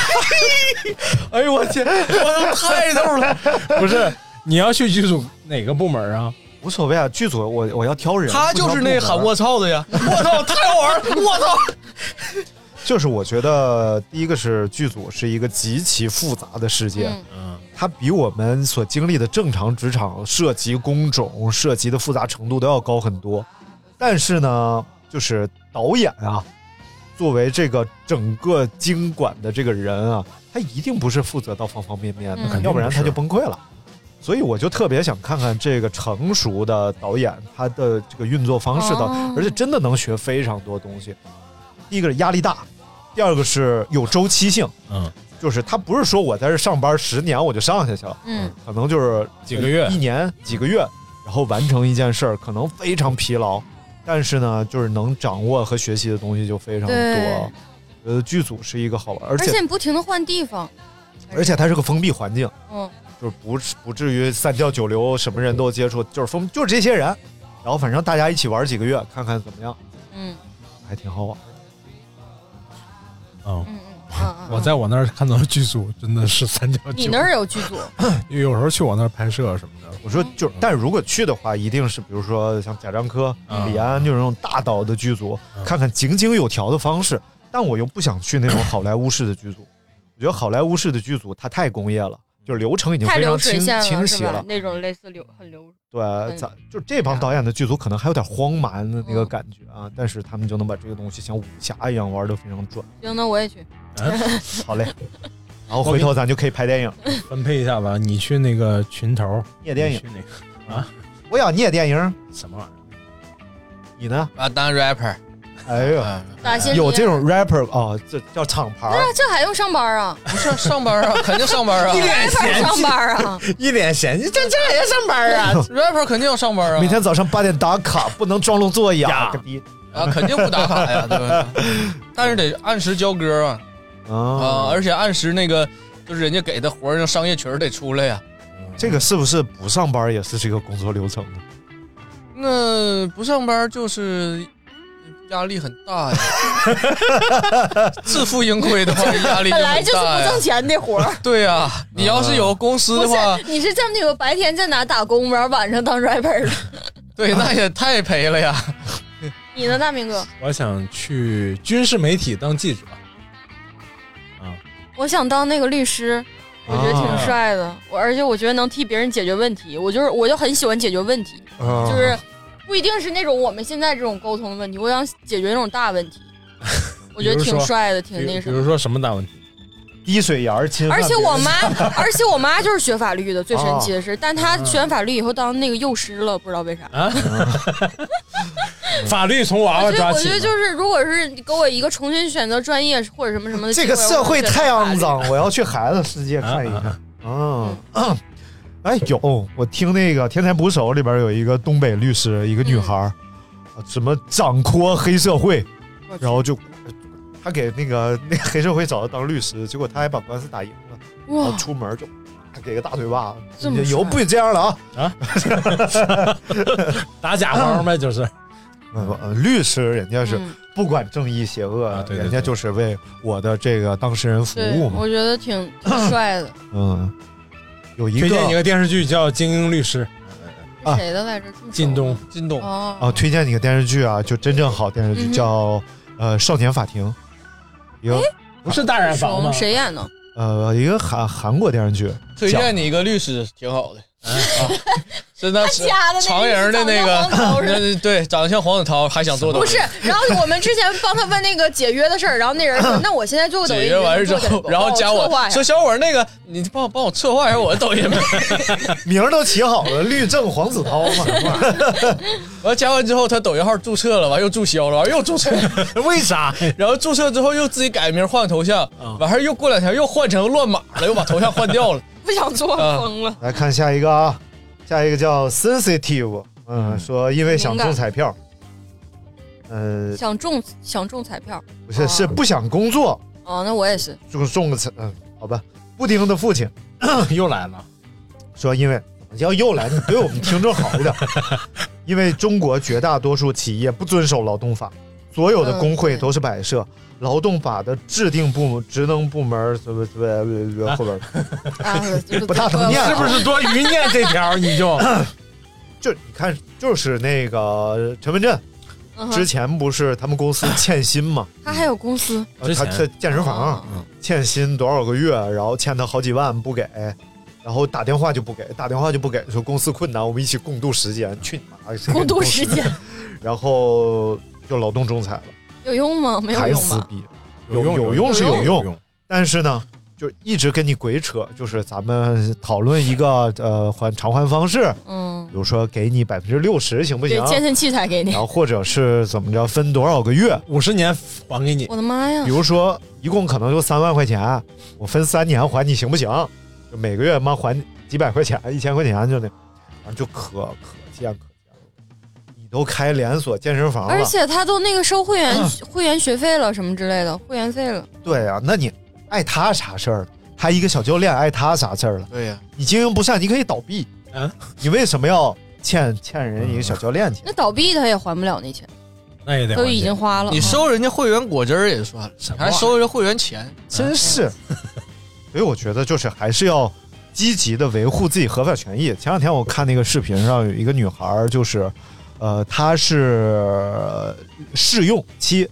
哎呦我天，我都太逗了，
不是，你要去剧组哪个部门啊？
无所谓啊，剧组我我要挑人，
他就是那喊
我
我操的呀！我操，太好玩了！我操，
就是我觉得第一个是剧组是一个极其复杂的世界，嗯，它比我们所经历的正常职场涉及工种、涉及的复杂程度都要高很多。但是呢，就是导演啊，作为这个整个经管的这个人啊，他一定不是负责到方方面面的，
嗯
要不然他
肯定不是
就崩溃了。所以我就特别想看看这个成熟的导演他的这个运作方式的，
哦
而且真的能学非常多东西。第一个是压力大，第二个是有周期性，
嗯，
就是他不是说我在这上班十年我就上下去了，
嗯，
可能就是
几个月
一年、几个月，然后完成一件事儿，可能非常疲劳，但是呢，就是能掌握和学习的东西就非常
对
多。呃，剧组是一个好玩，而
而
且
你不停的换地方，
而且它是个封闭环境，
嗯，
就是不是不至于三教九流，什么人都接触，就是封就是这些人，然后反正大家一起玩几个月，看看怎么样，
嗯
还挺好玩。
嗯
嗯嗯
我在我那儿看到的剧组真的是三角九，
你那儿有剧组，
因为有时候去我那儿拍摄什么的，
嗯
我说就是，但如果去的话，一定是比如说像贾樟柯、李安就是那种大导的剧组，看看井井有条的方式。但我又不想去那种好莱坞式的剧组，我觉得好莱坞式的剧组它太工业了，就是流程已经
太
非
流
常
水
清
线
清
是
晰
吧嗯
了？。
那种类似流很流，
对，咱就这帮导演的剧组可能还有点荒蛮的
嗯
那个感觉啊，但是他们就能把这个东西像武侠一样玩的非常转。
行，那我也去。
哎
好嘞，然后回头咱就可以拍电影，
嗯
分配一下吧。你去那个群头
聂电影
你去那个啊，
我想聂电影
什么玩意儿？
你呢？
啊，当 rapper，啊
哎呀
打新
有这种 rapper 啊，这叫厂牌儿。
那这还用上班啊？
不是上班啊，肯定上班啊，
一脸嫌弃 rapper 上班啊，
一脸嫌弃，这这也上班 啊，rapper 肯定要上班啊，
每天早上八点打卡，不能装聋作哑，个逼
啊，肯定不打卡 呀，对吧？但是得按时交歌啊，啊，
啊！
而且按时那个就是人家给的活儿，让商业群儿得出来呀。
这个是不是不上班也是这个工作流程呢？
那不上班就是压力很 大呀，自负盈亏的话，压力
本来就是
很大
不
呀
挣。钱的活儿。
对呀、你要啊是有公司
不
的话
是，，你是这么的，我白天在哪打工，然后晚上当 rapper 的。
对，那也太赔了呀。
你呢，大明哥？
我想去军事媒体当记者，
我想当那个律师，我觉得挺帅的。我而且我觉得能替别人解决问题，我就是我就很喜欢解决问题，
哦
啊
就是不一定是那种我们现在这种沟通的问题，我想解决那种大问题，我觉得
比如
挺
说
帅的，
比
挺那
比
什
如
么。
说什么大问题？
滴水眼儿 亲
而且我妈，而且我妈就是学法律的，最神奇的是，但她学完法律以后当那个幼师了，不知道为啥。
啊， 法律从娃
我
娃
觉得，
抓
我
起
觉
嘛。
得就是，如果是给我一个重新选择专业或者什么什么的机
这
会，
个社会
我会选
太
法律
肮脏，我要去孩子世界
啊
看一看。嗯， 哎，有我听那个《天才捕手》里边有一个东北律师，一个
嗯
女孩儿，啊什么掌掴黑社会，然后就他给那个那个黑社会找他当律师，结果他还把官司打赢了，然
哇
后出门就给个大嘴巴，
这么帅
以后不许这样了啊！
啊，打假方呗，就是。
呃，律师人家是
嗯
不管正义邪恶，
啊对对
人家
对
就是为我的这个当事人服
对
务，嘛
我。觉得挺挺帅的。
嗯，有一
推荐 一
个
个电视剧叫《精英律师
啊
谁的来着？这么》，
靳东。
靳东
哦，
啊，推荐你个电视剧啊，就真正好电视
嗯
剧
哼
叫呃《少年法庭》，一个
不是大染坊吗？
谁演的？
呃一个韩韩国电视剧，
推
讲
荐你一个律师，挺好的。 啊，是那是
家的那
长
律师
人的
长
那
得
个
像黄桃，似的
那 对，长得像黄子韬，还想做抖音
不是，然后我们之前帮他问那个解约的事儿，然后那人说：“那我现在做个抖音。”
解决完之后，然后加我说小伙儿那个，你帮我帮我策划一下我的 抖音呗。
名儿都起好了，律政黄子韬 嘛，
然后加完之后，他抖音号注册了，完又注销了，完又注册，
为啥？
然后注册之后又自己改名换头像，完事儿又过两天又换成乱码了，又把头像换掉了。
不想做，
啊
疯了。
来看下一个啊，下一个叫 Sensitive，嗯，说因为想
敏感
中彩票，呃，
想中想中彩票
不是是不想工作，
哦，那我也是。
就中个彩，嗯，好吧。布丁的父亲
又来了，
说，因为要又来，你对我们听众 好一点，因为中国绝大多数企业不遵守劳动法，所有的工会都是摆设。劳动法的制定部门、职能部门，什么什么后边
啊， 嗯
不大能念啊
是不是多余念这条你就？
就你看，就是那个陈文振
嗯，哼
之前不是他们公司欠薪嘛，
他还有公司，
呃他他健身房
嗯
欠薪多少个月，然后欠他好几万不给，然后打电话就不给，打电话就不给，说公司困难，我们一起共度时间。去你妈！谁给 你
共度
公司
时间，
然后就劳动仲裁了。
有用吗？没 有
还
用
撕
吧？
逼，
有用
有
有用
是有
有用，
但是呢，就一直跟你鬼扯，就是咱们讨论一个呃还偿还方式，
嗯，
比如说给你百分之六十行不
对
行，？
健身器材给你
然。后或者是怎么着分多少个月，
五十年还给你
我的妈呀
比！如说一共可能就三万块钱，我分三年还你行不行？就每个月妈还几百块钱，一千块钱就那，反正就可可见可见了。你都开连锁健身房了，
而且他都那个收会员、会员学费了什么之类的，会员费了。
对啊，那你碍他啥事儿呢？他一个小教练碍他啥事儿了？
对呀、
你经营不善，你可以倒闭。
嗯，
你为什么要欠欠人一个小教练钱？
那倒闭他也还不了那钱，
那也
都已经花了。
你收人家会员果汁儿也算了，你还收人家会员钱，
真是。 所以我觉得就是还是要积极的维护自己合法权益。前两天我看那个视频上有一个女孩儿，就是呃，她是呃试用期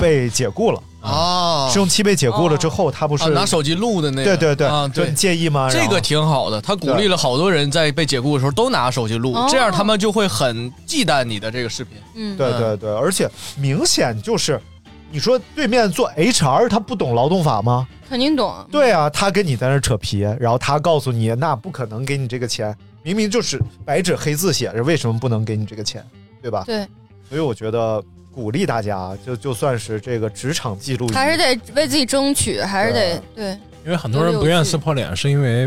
被解雇了。
嗯啊
试用期被解雇了之后，她不
啊
是
拿手机录的那个，
对对对
啊，
就
对，
你介意吗
这
然后
个挺好的，他鼓励了好多人在被解雇的时候都拿手机录
哦，
这样他们就会很忌惮你的这个视频。
嗯，
对对对，而且明显就是，你说对面做 HR 他不懂劳动法吗？
肯定懂。
对啊，他跟你在那儿扯皮，然后他告诉你那不可能给你这个钱，明明就是白纸黑字写着为什么不能给你这个钱，对吧？
对，
所以我觉得鼓励大家，啊就就算是这个职场记录仪，
还是得为自己争取，还是得对。
因为很多人不愿撕破脸，是因为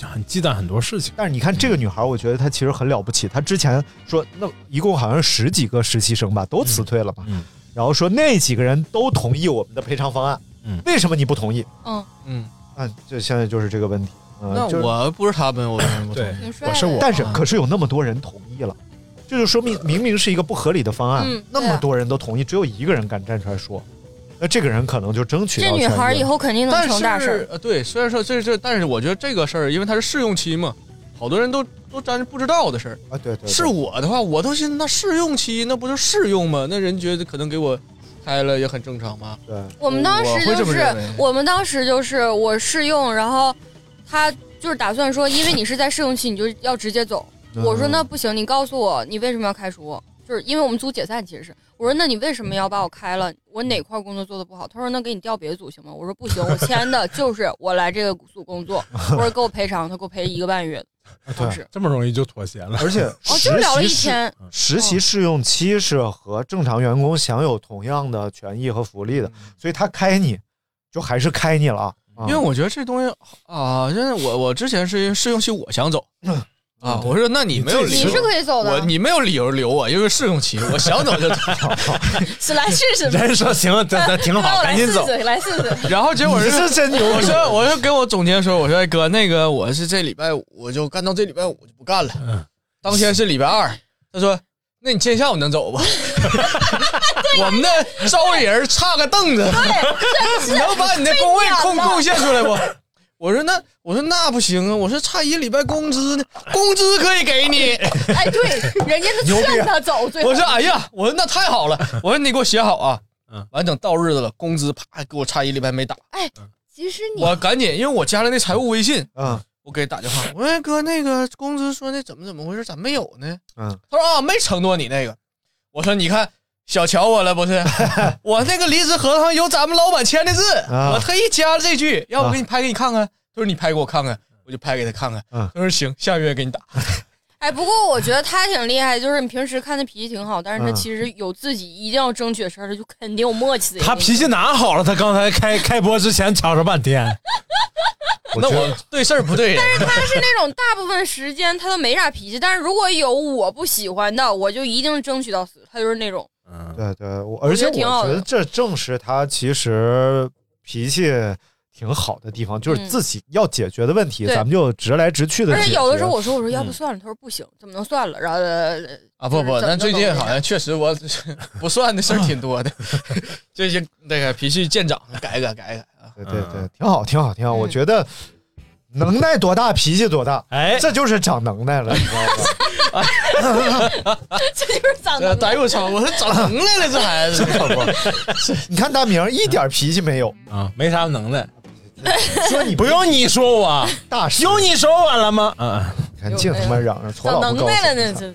很忌惮很多事情。
但是你看这个女孩，我觉得她其实很了不起。她之前说，那一共好像十几个实习生吧，都辞退了嘛。
嗯
然后说那几个人都同意我们的赔偿方案，
嗯
为什么你不同意？
嗯，
嗯，
嗯，就现在就是这个问题。嗯、
那
就是
我不是他们，我啊为什么不同意
对
挺帅的
但是可是有那么多人同意了，这就说明明明是一个不合理的方案，
嗯
那
对
么
啊
多人都同意，只有一个人敢站出来说，那这个人可能就争取到
这女
权益
孩
了
以后肯定能
但
成
是
大事儿。
呃，对，虽然说这这，但是我觉得这个事儿，因为它是试用期嘛，好多人都都咱不知道的事儿。
啊，对对对
是我的话，我都寻思那试用期那不就试用吗？那人觉得可能给我开了也很正常吧。
对，
我们当时
我会这
就
么
是
认为
我们当时就是我试用，然后他就是打算说，因为你是在试用期，你就要直接走。
嗯
我说那不行，你告诉我你为什么要开除我？就是因为我们组解散，其实是我说那你为什么要把我开了？我哪块工作做的不好？他说那给你调别的组行吗？我说不行，我签的就是我来这个组工作。我说给我赔偿，他给我赔一个半月。
对
是
这么容易就妥协了，
而且
哦，
实
就聊了
习
一
试
天，
实习试用期是和正常员工享有同样的权益和福利的，所以他开你就还是开你了啊。啊
嗯因为我觉得这东西啊，因为我我之前是因为试用期我想走啊，我说那你没有理
你
由
是。可以走
我
的，
你没有理由留我，因为试用期，我想走就 走。
是来试试吧。
人说 行，咱咱挺
让
好，
我
赶
来
紧
试
走。
试，来试试。
然后结果
你是真牛
我说我就跟我总监说，我说哎哥，那个我是这礼拜五我就干到这礼拜五我就不干了，
嗯
当天是礼拜二，他说那你今天下午能走吧？ 我们的招人差个凳子，你能把你的工位贡贡献出来不？ 我说那我说那不行啊，我说差一礼拜工资呢，工资可以给你。
哎，对，人家是劝他走，最后
我说哎呀，我说那太好了，我说你给我写好啊
嗯，
完整到日子了，工资啪给我差一礼拜没打，
其实你
我赶紧，因为我加了那财务微信，
嗯
我给打电话，我说哎哥，那个工资说那怎么怎么回事，咋没有呢？
嗯，
他说啊，没承诺你那个。我说你看小瞧我了 不是？我那个离职合同有咱们老板签的字，
啊
我特意加了这句，要不给你拍给你看看？他说你拍给我看看，我就拍给他看看。
嗯
他说行，下个月给你打。
哎，不过我觉得他挺厉害，就是你平时看他脾气挺好，但是他
嗯
其实有自己一定要争取的事儿，他就肯定有默契的。
他脾气哪好了？他刚才开开播之前吵吵半天，
我
那
觉
我
得
对事儿 不对人，
他是那种大部分时间他都没啥脾气，但是如果有我不喜欢的，我就一定争取到死。他就是那种，
嗯，
对对，我
我
而
觉
且
得
我
挺好
觉
的
得这正是他其实脾气挺好的地方，就是
嗯
自己要解决的问题，
对
咱们就直来直去的
而
解
且
决。嗯
有的时候我说我说要不算了，他说不行，怎么能算了？然后 呃
啊不不，但最近
就是怎么
好。
能
像确实我 不算的事儿挺 多的，最近那个脾气见长，改改改改啊。
嗯
对对对，挺好，挺好，挺好。我觉得能耐多大，脾气多大，哎，这就是长能耐了，你知道吗？
这就是长
啊
能耐。
哎呦我操！我说长能耐了，这孩子
可不。你看大明一点脾气没有
啊，没啥能 耐。
说你
不用你说我
大师，
用你说我了吗？
嗯，你看净他妈嚷嚷，矬
长
老不
能
高兴。
耐了呢，这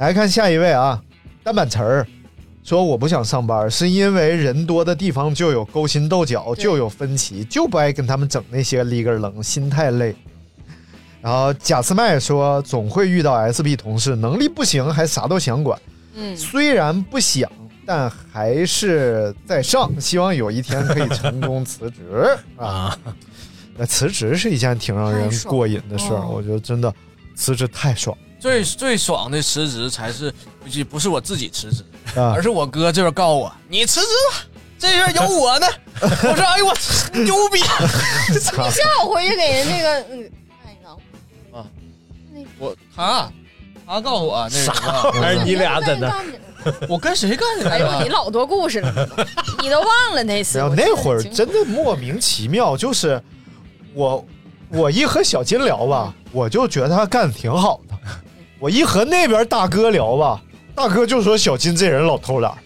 来看下一位啊，单板词儿说我不想上班，是因为人多的地方就有勾心斗角，就有分歧，就不爱跟他们整那些里根冷，心太累。然后贾斯麦说，总会遇到 SB 同事，能力不行还啥都想管，
嗯
虽然不想，但还是在上，希望有一天可以成功辞职啊。那辞职是一件挺让人
太爽
过瘾的事儿，
哦
我觉得真的辞职太爽。
最最爽的辞职才是不是不是我自己辞职，
啊
而是我哥这边告诉我你辞职吧，这边有我呢。我 说哎呦我牛逼！
你这 样我回去给人那个嗯看一看，
啊，我他他告诉我那
啥玩哎意儿你俩在那
我跟谁干的？
哎呦，你老多故事了，你都忘了那次
然。后
我
那会儿真的莫名其妙，就是我我一和小金聊吧，我就觉得他干的挺好的；我一和那边大哥聊吧，大哥就说小金这人老偷懒儿。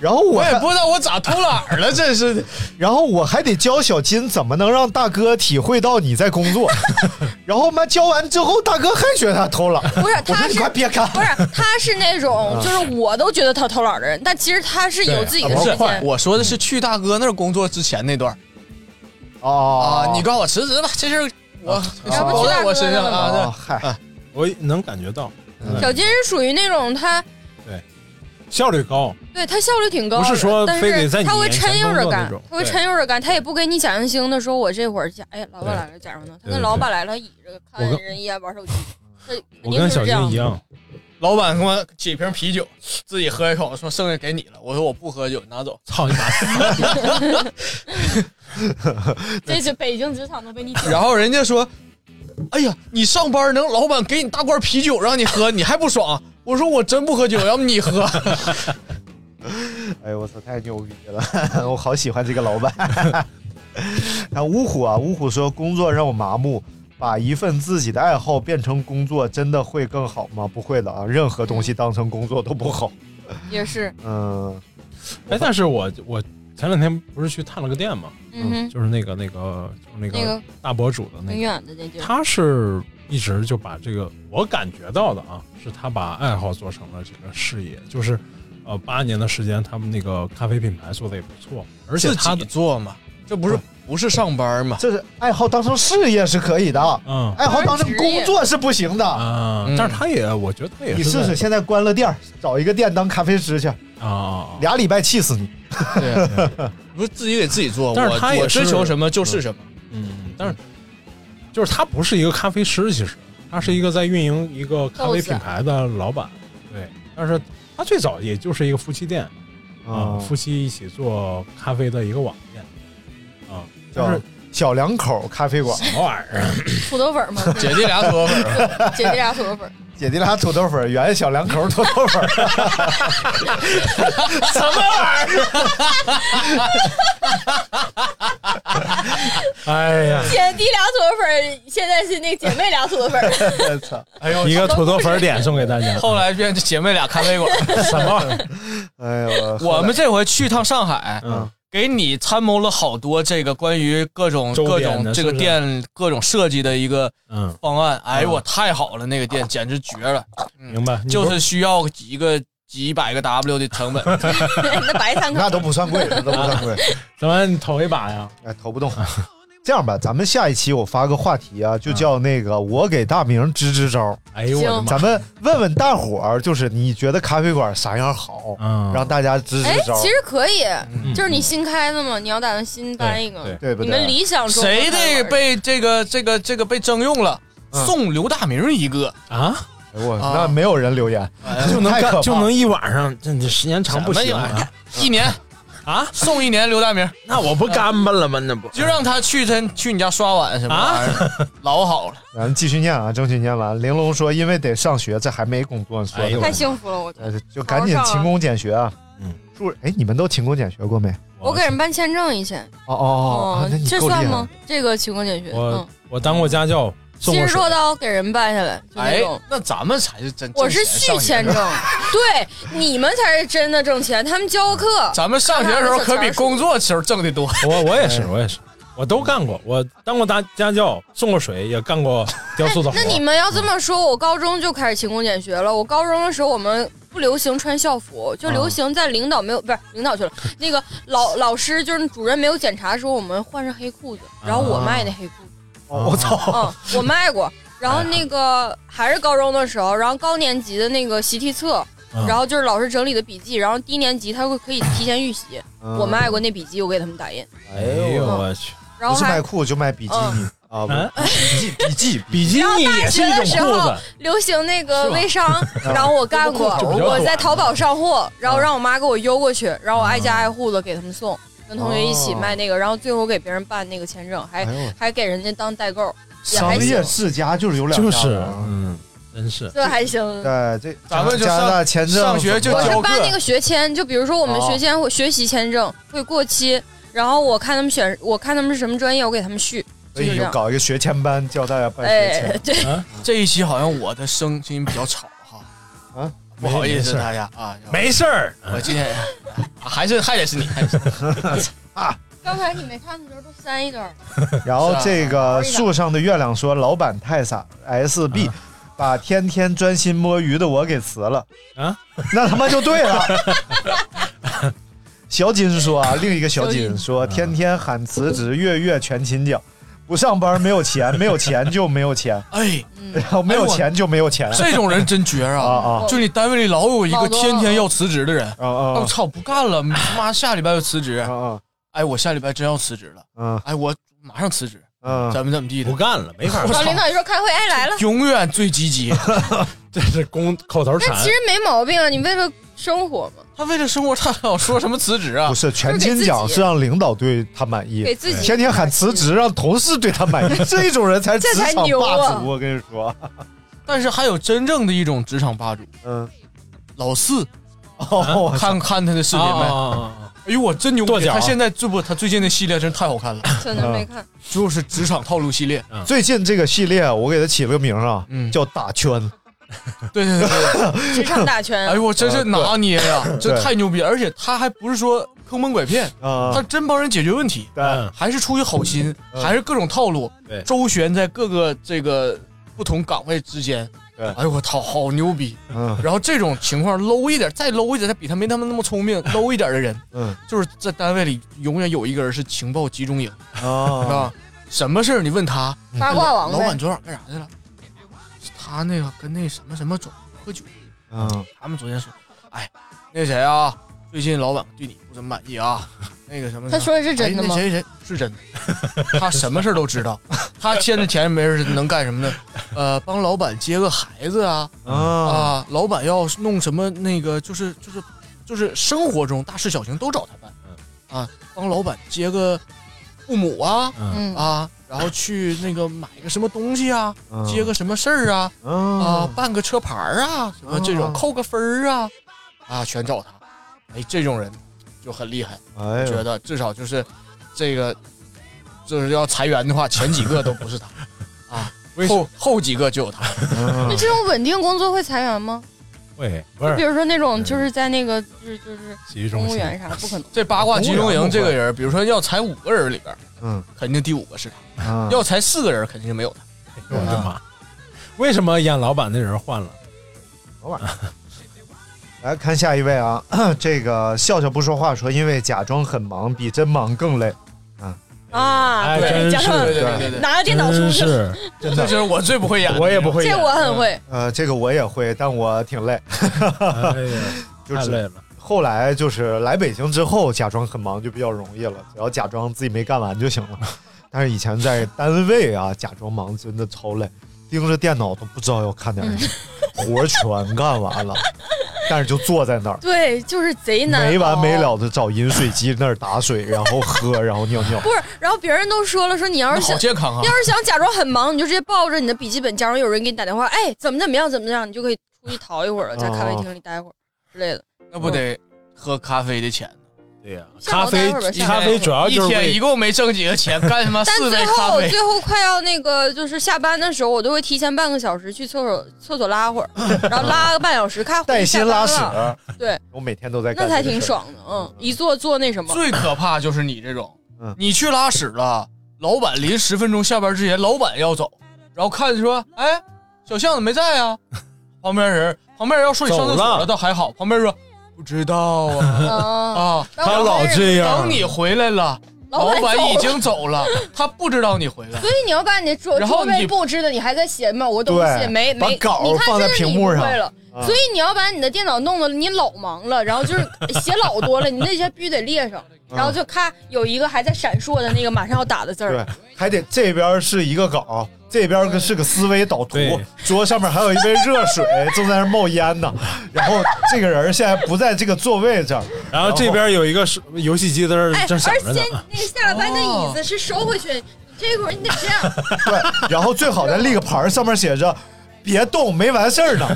然后我
我也不知道我咋偷懒儿了，真是的。
然后我还得教小金怎么能让大哥体会到你在工作。 然后妈教完之后，大哥还觉得他偷懒儿。
不是
我说
他
你
是
快别看，
不是他是那 种
啊
就是我都觉得他偷懒儿的人，但其实他是 有自
啊
己的时
不是
间。
我说的是去大哥那儿工作之前那段儿
哦
啊，你告诉我辞职吧，这事儿我
啊
要不
包
去
在
大
我
哥
身上
那儿
啊。
吧
对
嗨，
我能感觉到，
小金是属于那种他
对，效率高，
对他效率挺高的，
不是说
但
非得在
是
你
他会
眼前
抻悠
工
着
作
干
那种，
他会
对
抻悠着干，他也不给你假惺惺的说，我这会儿假，哎，老板
对
来了，假装的，他
对
跟
对
老
对
板来了倚着看
我跟嗯
人一眼玩手机，他肯
我
定
跟
是
小
这
金
样
一。样，
老板给我几瓶啤酒，自己喝一口，说剩下给你了。我说我不喝酒，拿走。
操你妈！
这是北京职场都被你
然后人家说：“哎呀，你上班能老板给你大罐啤酒让你喝，你还不爽？”我说：“我真不喝酒，要不你喝。
哎呦我操，太牛逼了！我 好喜欢这个老板。 然后芜湖啊，芜湖说工作让我麻木，把一份自己的爱好变成工作，真的会更好吗？不会的啊，任何东西当成工作都不好。
也是，
嗯，
哎，但是我我前两天不是去探了个店嘛，
嗯哼
就是那个那个就是那
那个
个大博主的那
挺
个，
远的那地儿。
他是一直就把这个我感觉到的啊，是他把爱好做成了这个事业，就是呃八年的时间，他们那个咖啡品牌做的也不错，而且他
自己做嘛，这不是不是上班嘛，
这是爱好当成事业是可以的，
嗯，
爱好当成工作是不行的。
啊，
嗯
但是他也我觉得他也
你
是
试
在
试，现在关了店儿，找一个店当咖啡师去，
啊啊，啊
俩礼拜气死你。
对， 不是自己给自己做。
但是
我
他也
我追
是
求什么就是什么。
嗯，但是就是他不是一个咖啡师，其实他是一个在运营一个咖啡品牌的老板，对。但是他最早也就是一个夫妻店啊、
啊，
夫妻一起做咖啡的一个网店啊，但
叫
是
小两口咖啡馆，
什么玩意儿啊？
土豆粉 儿吗？
姐弟俩土豆粉 儿，
姐弟俩土豆粉儿，
姐弟俩土豆粉儿，原小两口土豆粉儿。
什么玩意儿？
哎 呀，
姐弟俩土豆粉儿，现在是那姐妹俩土豆粉儿。
操！
哎呦，
一个土豆粉儿点送给大家，
后来变成姐妹俩咖啡馆。
什么玩意儿？
哎呦，
我们这回去趟上海，
嗯，
给你参谋了好多这个关于各种
周
各
边的
种这
是
个
不是
店各种设计的一个
嗯，啊
方案。哎呦，我太好了，那个店简直绝了，嗯
明白，你不
就是需要一个几百个 W 的成本。
哎
那白参考
那都不算贵，那都不算贵。
咱们投一把呀，
哎，投不动。这样吧，咱们下一期我发个话题啊，就叫那个我给大明支支招。
哎呦我的嗯妈，
咱们问问大伙儿，就是你觉得咖啡馆啥样好，
嗯，
让大家支支
哎，
招，
其实可以，
嗯
就是你新开的嘛，你要打算新搬一
对
个，
对不
你们
对？
理想中的开
谁的
馆
被这个这个这个被征用了，
嗯
送刘大明一个。
啊，哎
哎我
啊
那没有人留言，
就能
太可怕
干就能一晚上，这这时间长不
什
行
么玩
啊
意儿，一年
啊，
送一年刘大明，
那我不干巴了吗？那不啊
就让他去他去你家刷碗什么玩意儿，老 好了。
咱们继续念啊，争取念完。玲珑说，因为得上学，这还没工作，说
哎呦
太幸福了，我觉得。
呃就赶紧勤工俭学啊。
嗯，
住哎，你们都勤工俭学过没？
我给人办签证以前。
哦哦
哦，这算吗？？这个勤工俭学，嗯
我，我当过家教，送
七
过
十
水
多刀给人办下来，就那
哎
种。
那咱们才是真，
我是续
挣钱上学
签证，对，你们才是真的挣钱，他们教 课。
咱们上学的时候可比工作时候挣的多。
我我也是，哎我也是，我都干过。我当过家家教，送过水，也干过雕塑的活。
那你们
嗯
要这么说，我高中就开始勤工俭学了。我高中的时候，我们不流行穿校服，就
嗯
流行在领导没有、不是领导 去了，那个老老师就是主任没有检查的时候，我们换上黑裤子，然后我卖的黑裤子。
啊哦
嗯
我操！哎
我卖 过。然后那个还是高中的时候，然后高年级的那个习题册，
嗯
然后就是老师整理的笔记，然后低年级他会可以提前预习。
嗯
我卖过那笔记，我给他们打印。
哎
呦
我
去！
然后
不是
哦还哦
卖裤子就卖比基尼啊，
嗯
不笔记笔记
笔记
然后大学的时候流行那个
是吧，
微商
啊
然后我干过
这不，叫
我在淘宝上货，然
嗯
后让我妈给我邮过去，然后我挨家挨户的给他们送，跟同学一起卖那个，然后最后给别人办那个签证，还
哦哎呦
还给人家当代购，也还
商业
行，
世家就是有两
就是
嗯，
真是
这还行。
对这
咱们就
加拿大签证
上学就
我
哎
是
教
办那
课，
个学签，就比如说我们
哦
学签会学习签证会过期，然后我看他们选，我看他们是什么专业，我给他们续，就
所以
这
就
样。
哎搞一个学前班，教大家办学
哎
前，。
对，
这一期好像我的声音比较吵哈，
啊，
不好意思
没事
大家啊，
没事儿，
我今天啊 还是还得是你，还得是
刚才你没看的时候都删一 段。
然后
是啊
这个树上的月亮说：“老板太傻，S
嗯
B，把天天专心摸鱼的我给辞了。”
啊，
那他妈就对 了。小金说啊，另一个小金说：“
嗯
天天喊辞职，月月全勤奖，不上班没有钱，没有钱就没有钱，
哎，
然后没有钱就没有钱。”
这种人真绝啊！就你单位里老有一个天天要辞职的
啊哦
人，我操，不干了，他妈下礼拜要辞
哦
职，哎，我下礼拜真要辞职
了，
哎，我马上辞职，
哦嗯啊
啊
怎么怎么地的，
不干了，没法
我
然后领
操，
导就说开会，哎来了。
永远最积极，
这是公口头
那
禅
其。实没毛病啊，你为了生活嘛。
他为了生活，他老说什么辞职啊？
不是全勤奖是让领导对他满意，
给自己
天天喊辞职让同事对他满 意，这种人才是
这
职
才
场
牛
霸
啊
主。我跟你说，
但是还有真正的一种职场霸主，
嗯，
老四，
哦
看看他的视频
啊啊
没？哎呦，我真牛
跺
逼！
脚
他现在这不，他最近的系列真太好看了，嗯
真的
嗯
没看，
就是职场套路系列。
最近这个系列我给它起了个名儿啊，叫打圈。
对对对对对，
职场大圈。
哎呦，我真是拿捏 呀
对，
这太牛逼！而且他还不是说坑蒙拐骗，
啊
他真帮人解决问题，嗯还是出于好心，还是各种套路
对，
周旋在各个这个不同岗位之间。哎呦我操，好牛逼！
嗯
然后这种情况 low 一点，再 low 一点，他比他没他们那么聪明，low 一点的人，
嗯
就是在单位里永远有一个人是情报集中营，是
啊
吧？什么事儿你问他，哎
八卦王呗
老板昨晚干啥去了？是他那个跟那什么什么总喝酒，
嗯，
他们昨天说，哎，那谁啊，最近老板对你不怎么满意啊，那个什么什么，
他说的是真的吗
哎那谁谁谁是真的，他什么事儿都知道，他欠着钱没事能干什么呢？呃，帮老板接个孩子啊，
啊
啊，老板要弄什么那个就是就是就是生活中大事小情都找他办，啊，帮老板接个父母啊，
嗯
啊，然后去那个买个什么东西啊，
嗯
接个什么事儿啊，啊
啊，
办个车牌儿啊，什
嗯
么这种扣个分儿啊，啊，全找他，哎，这种人就很厉害，
哎呦
觉得至少就是这个就是要裁员的话，前几个都不 是他，啊，后后几个就有他，
啊
那这种稳定工作会裁员吗？
会不
就比
是
如说那种就是在那个就是就是
洗浴中
公务
心
员啥，不可能。
这八卦集中营这个人，比如说要裁五个人里边，
嗯，
肯定第五个是他；
啊
要裁四个人，肯定就没有他。
我的妈！为什么演老板的人换了？
老板，来看下一位啊， 这个笑笑不说话说，因为假装很忙比真忙更累啊。
啊，
哎
对，
真
加
是
上
对对对对
拿着电
嗯
脑出去，
真的，
这是我最不会演的
我也不会演，
这我很会。
呃，这个我也会，但我挺累，
哎
就
太
是
累了。
后来就是来北京之后，假装很忙就比较容易了，只要假装自己没干完就行了。 但是以前在单位啊，假装忙真的超累，盯着电脑都不知道要看点
嗯
啥，活儿全干 完了，但是就坐在那儿，
对，就是贼难哦熬，
没完没了的找饮水机那儿打水，然后喝，然后尿尿。
不是，然后别人都说了，说你要是
那好
想
健康啊
要是想假装很忙，你就直接抱着你的笔记本，假装有人给你打电话，哎，怎么怎么样，怎么怎么样，你就可以
哦
出去逃一会儿了，在咖啡厅里待一会儿之类的。
那不得喝咖啡的钱呢？
对呀、
下楼
咖啡
待会儿吧下楼
咖啡主要就是
一
为
天一共没挣几个钱，干他妈
但
啊四
最
杯咖
后
啡
最。后快要那个就是下班的时候，我都会提前半个小时去厕所厕所拉 会儿，然后拉个半小时，看
带薪拉屎，
对，
我每天都在干
那
这个事儿，
才挺爽的，嗯，一坐坐那什么，
最可怕就是你这种，
嗯
你去拉屎了，老板临十分钟下班之前，老板要走，然后看说，哎，小巷子没在啊，旁边人旁边人要说你上厕所
走
了
了
倒还好，旁边说不知道
嗯
嗯
啊啊，
他老这样
等你回来了，
老板走
老
了
板已经走了，他不知道你回来
所。以你要把你的桌
然后
桌
你
面布置的，你还在写某个东西，
对
没
把
没，
稿
你看
放在
这是
屏
你
幕
不
上
会了。
啊
所以你要把你的电脑弄得你老忙了，然后就是写老多了，你那些必须得列上，
嗯
然后就咔有一个还在闪烁的那个马上要打的字儿
对，，还得这边是一个稿，这边个是个思维导图，桌上面还有一杯热水，正在那儿冒烟呢。然后这个人现在不在这个座位这儿，
然后这边有一个是游戏机在这
哎，
儿
而
正响着呢啊
且，那个下了班的椅子是收回去，你这会儿你得 这样。
对，然后最好再立个牌儿，上面写着“别动，没完事儿 呢”。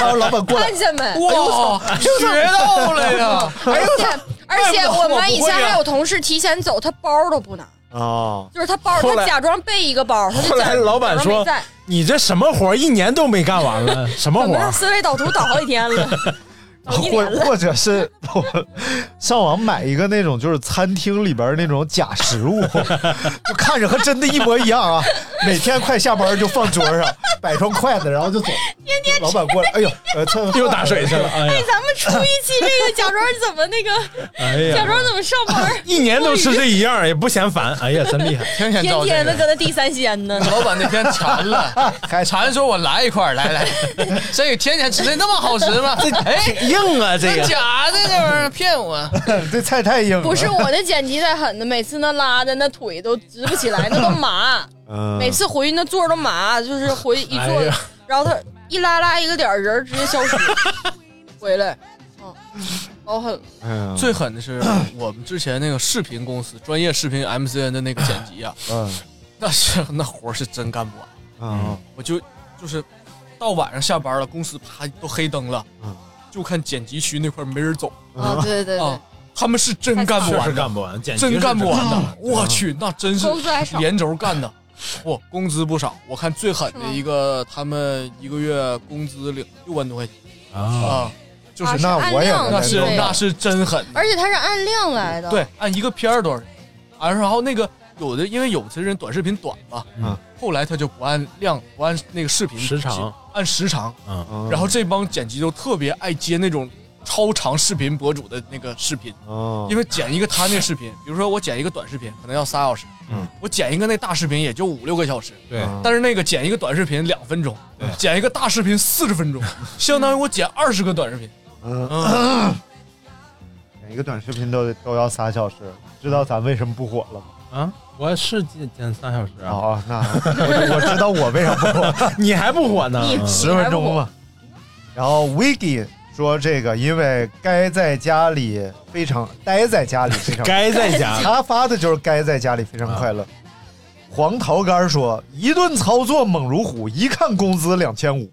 然后老板过来，
看见没
哎呦我操
学到了呀！
哎
而
呦
且而且
我
我
们
们
以
以
前
前
还
啊
啊
还
有
有同事提前走，他包都不拿，
啊！
就是他包，
后
他
来
假装背一个包，他
后
就假
来老板
假装没
说
在。：“
你这什么活儿一年都没干完了，什么
怎么
活儿啊
让思维导图导好几天 了？
或或者是我上网买一个那种就是餐厅里边那种假食物， 就看着和真的一模一样啊。每天快下班就放桌上，摆双筷子，然后就走。老板过来，哎呦，呃，蹭
又打水
哦
去了哎呀
咱们出一期这个假装怎么那个，
哎呀，
假装怎么上班儿
一年都吃这一样，也不嫌烦。哎呀，真厉害，
天
天天的搁那地三鲜 呢。
老板那天馋了，馋说：“我来一块儿，来来，这个天天吃这那么好吃吗？
这
哎，
挺硬啊这个
那假的这玩意儿骗我。
这菜太硬了。
不是我那剪辑太狠的，每次那拉的那腿都直不起来，那都麻。
嗯
每次回去那座儿都麻，就是回一坐，
哎呀
然后他一拉拉一个点儿，人儿直接消 失，回来，嗯，老狠了。
最狠的是我们之前那个视频公司，专业视频 MCN 的那个剪辑啊，
嗯，
那是那活儿是真干不完。
嗯，
我就就是到晚上下班了，公司啪都黑灯了，
嗯
就看剪辑区那块儿没人走。
嗯
啊对对对
啊他们是真干不完的，
确实干不完剪辑是嗯
真干不完
真干不
的
完。
我去，那真是
工资还少
连轴干的。哇，工资不少，我看最狠的一个，他们一个月工资领六万多块钱
啊，
就是
啊是那我也按量
那是
的对
那是真狠，
而且他是按量来的，
对，，按一个片儿多少钱？啊，然后那个有的因为有的人短视频短嘛，
嗯
后来他就不按量，不按那个视频
时长，
按时长，
嗯
然后这帮剪辑都特别爱接那种超长视频博主的那个视频，
哦
因为剪一个他那视频，比如说我剪一个短视频可能要仨小时，
嗯
我剪一个那大视频也就五六个小时，
对嗯
但是那个剪一个短视频两分钟，剪一个大视频四十分钟，相当于我剪二十个短视频，
嗯，每个短视频都都要仨小时，知道咱为什么不火了吗？
啊，我是剪剪三小时啊。
哦，那我我知道我为啥不火，
你还不火呢
嗯
你
十分 钟了。然后 Wiggy 说这个，因为该在家里非常待在家里非常
该在家
他发的就是该在家里非常快乐。黄桃干说一顿操作猛如虎，一看工资两千五，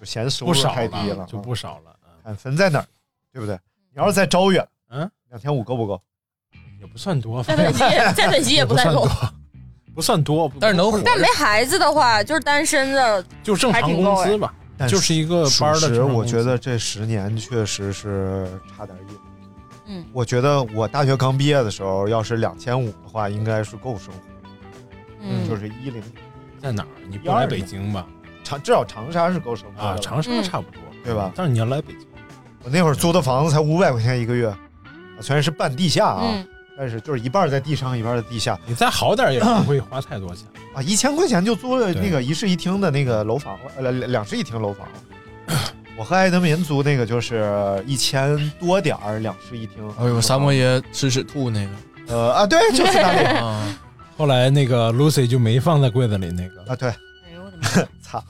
就嫌收入
不少
太低
了啊
了，
就不少了。
看分在哪儿，对不对？你要是在招远，
嗯，
两千五够不够？
也不算多，
再短期也再短期也不太够，
不算多，但是能火
但没孩子的话，就是单身的，
就正常工资吧，
但
就是一个呃班儿的
属
正
实，
常
我
工资
觉得这十年确实是差点意思。
嗯，
我觉得我大学刚毕业的时候，要是两千五的话，应该是够生活。
嗯
就是一零
在哪儿？你不来北京吧？
长至少长沙是够生活的
啊，
了
长沙差不多，
对吧？
但是你要来北京，
我那会儿租的房子才五百块钱一个月，啊虽然是半地下啊，
嗯
但是就是一半在地上，一半在地下。
你再好点儿也不会花太多钱。
啊，一千块钱就租了
对
那个一室一厅的那个楼房了，呃，两两室一厅楼房了。 我和艾德民租那个就是一千多点儿两室一厅。
哎呦，萨摩耶吃屎 吐那个，
呃啊，对，就是那里
啊
后来那个 Lucy 就没放在柜子里那个
啊，对。
哎
操！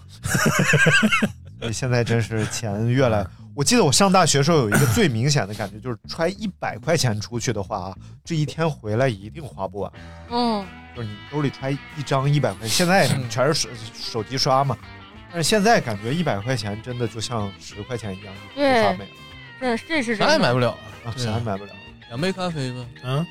所以现在真是钱越来，我记得我上大学时候有一个最明显的感觉，就是揣一百块钱出去的话啊，这一天回来一定花不完。
嗯，
就是你兜里揣一张一百块钱，现在全是手手机刷嘛，但是现在感觉一百块钱真的就像十块钱一样，一
对
发没了，
这这是真
啥
的
也买不了
啊，啥也买不了。
两两杯咖啡吧。
啊，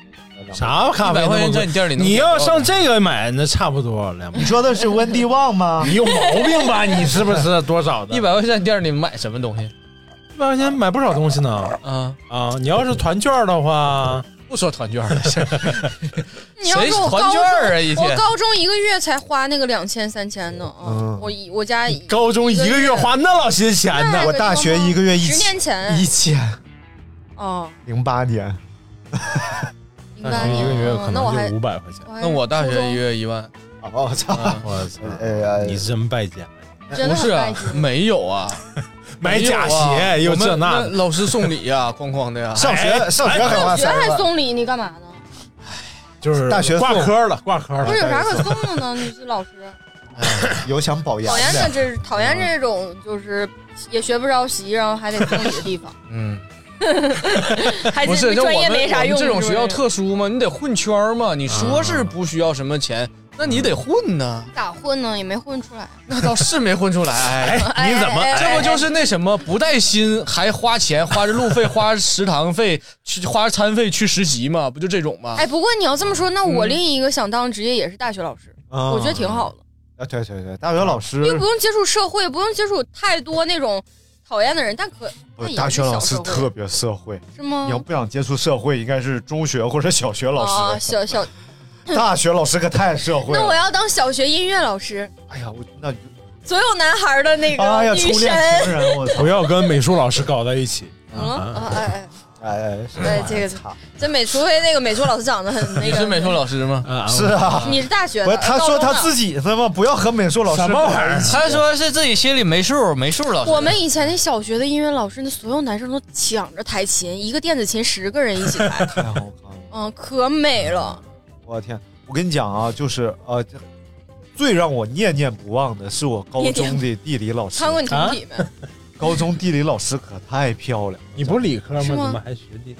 啥咖啡那么贵？
100块钱在你店里能
你
点
要
到
上这个买，那差不多两百。
你说的是温蒂旺 吗？
你有毛病吧？你是不是多少的？
一百块钱店里买什么东西？
一百块钱买不少东西呢。
啊
啊，你要是团券的话，
不说团券了，
你要说我高
谁团
中
卷儿啊一，天
我高中一个月才花那个两千三千呢啊！
嗯
我一我家
高中一个月花那老些钱
那
呢
个，
我大学一个月一
十
千
年前
一千
哦，
零八年，
零八年哦那我还
百块钱
我还
那我大学一月一万。
哦
我操！
我操！
哎呀，
你真败家呀！
真的
不
很
是啊
拜金，
没有啊，
买假鞋又这那的
的，老师送礼呀， 哐哐的呀。
上学
哎
上学还花
上学
三十
还
万，
送礼，你干嘛呢？
就是
大学
挂
送
科了，挂科了。
不是有啥可送的呢？你是老师，
有想保研
讨厌的
的，
这讨厌这种就是也学不着习，然后还得送礼的地方，
嗯，
还
不是，
是
就我
哎专
们
业没啥用。
我们这种
是不
学
是
校特殊吗？你得混圈儿嘛。你说
啊
是不需要什么钱，那你得混呢。
咋混呢？也没混出来。
那倒是没混出来。哎
哎，你怎么？
这不就是那什么不带薪还花钱，花着路费，花食堂费，去花餐费去实习吗？不就这种吗？
哎，不过你要这么说，那
嗯
我另一个想当职业也是大学老师，
嗯
啊
我觉得挺好的，
啊，对对对，大学老师
因为不用接触社会，不用接触太多那种讨厌的人，但可
不
但
是
也
大
是
学老
小
师
社会嗯
特别社会，
是吗
你要不想接触社会，应该是中学或者小学老
啊，
师。
小小。
大学老师可太社会了。
哦那我要当小学音乐老师，
哎呀，我那
所有男孩的那
哎
个
呀，
女
初
神。
恋情人，我操！
不要跟美术老师搞在一起。
嗯，啊哎哎
哎
哎，这个这美，除非那个美术老师长得很那
你是
个，
美术老师吗？
啊，
是啊，
你是大学的，
不是他
高
说
中
他
的
自己的吗？不要和美术老师
什么玩意儿？
他说是自己心里没数，没数老师。
我们以前那小学的音乐老师，那所有男生都抢着弹琴，一个电子琴十个人一起弹，
哎
太好看了，
嗯，可美了。
我天，我跟你讲啊，就是呃，这最让我念念不忘的是我高中的地理老师。
穿过你同体没？
高中地理老师可太漂亮，
你不理科吗？
是
怎
吗
么还学地？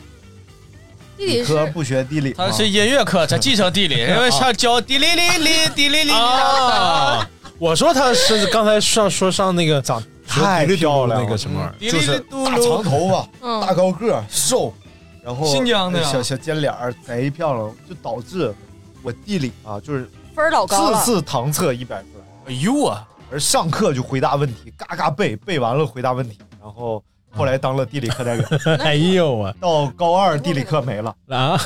地理是
科不学地理吗，
他是音乐课，他继承地理，因为他教地理理理地理理。
啊！我说他是刚才上说上那个长
太漂亮了嗯
那个什么玩意儿，
就是大长 头发、
嗯
大高个儿、瘦，然后
新疆的呀
小小尖脸儿，贼漂亮，就导致我地理啊，就是
分儿老高啊
次
了，
次堂测一百分，
哎呦啊，
而上课就回答问题，嘎嘎背，背完了回答问题，然后后来当了地理 课代表，
哎呦我
到高二地理课没了，
啊！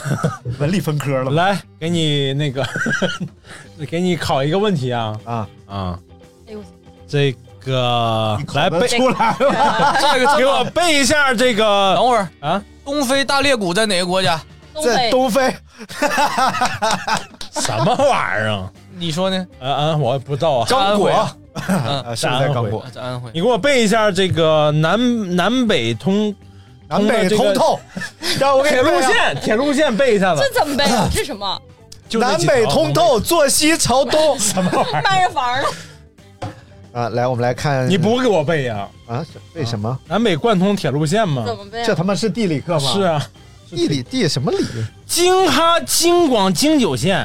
文理分 科了嘛。
来，给你那个， 给你考一个问题啊
啊
啊！
哎呦，
这个啊来
考得
背
出来了，
这个
给我背一下这
等
个
会儿，
啊！
东非大裂谷在哪个国家？
东
在
北
东非，
什么玩意儿啊？
你说呢？
啊啊！我不知道啊，
安徽啊，
啊，是不是在刚果
啊？在安徽。
你给我背一下这个南南北通
南北
这
通
个
透，让我给
铁
你
路
背啊
线，铁路线背一下子
这。怎么背？啊 这什么？
就那
南
几条
北通透，坐西朝东
卖着房呢？
啊！来，我们来看，
你不给我背呀？
啊？是为什么？
南北贯通铁路线吗？
怎么背？啊
这他妈是地理课吗？
是啊，
地理地什么理？
京哈京广京九线。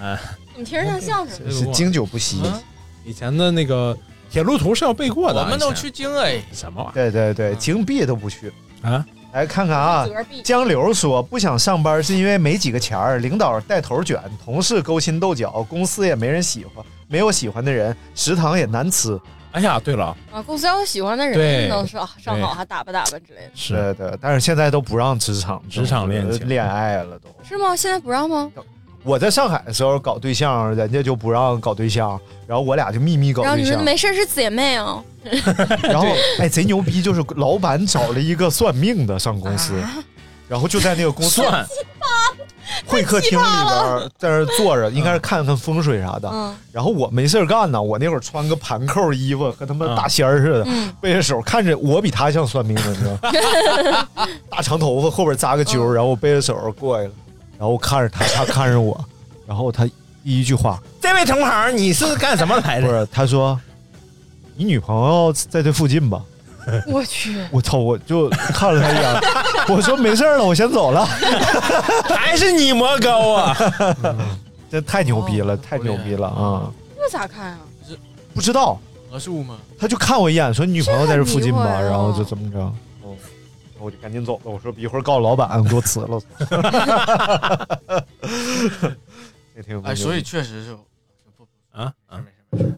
哎，
怎么听着像相声？
是经久不息。
嗯
啊
以前的那个铁路图是要背过的。
我们都
以前
去
啊
京
哎
A，
什么玩意
对对对，金币都不去
儿啊？
来看看啊，
折臂。
江流说不想上班是因为没几个钱儿，领导带头卷，同事勾心斗角，公司也没人喜欢，没有喜欢的人，食堂也难吃。
哎呀，对了，
啊，公司要有喜欢的
对
人，能上上好还打扮打扮之类的，
是
对对，但是现在都不让职场呃
职场恋情
恋爱了都。
是吗？现在不让吗？
我在上海的时候搞对象，人家就不让搞对象，然后我俩就秘密搞
然后
对
你们
象。
没事是姐妹啊？
然后哎，贼牛逼，就是老板找了一个算命的上公司，然后就在那个公 司
算
会客厅里边儿在那儿坐着，应该是看看风水啥的。
嗯
然后我没事儿干呢，我那会儿穿个盘扣衣服，和他妈大仙儿似的，
嗯
背着手，看着我比他像算命的，你知 道吗？大长头发，后边扎个揪
嗯
儿，然后我背着手过来了，然后看着他，他看着我，然后他第一句话
这位同行，你是干什么
哎
来
不
的？
是，他说你女朋友在这附近吧？
嗯 我去，
我操，我就看了他一 眼，我说没事儿了，我先走了。
还是你魔高啊？
哎这太牛逼
哦
了，太牛逼了啊！
这咋看啊？
不知道，
魔术吗？
他就看我一眼，说你女朋友在这附近吧，
这很
哦
迷惑呀
然后就怎么着。然后我就赶紧走了。我说一会儿告诉老板，给我辞 了。 那挺有
哎，所以确实是
啊啊，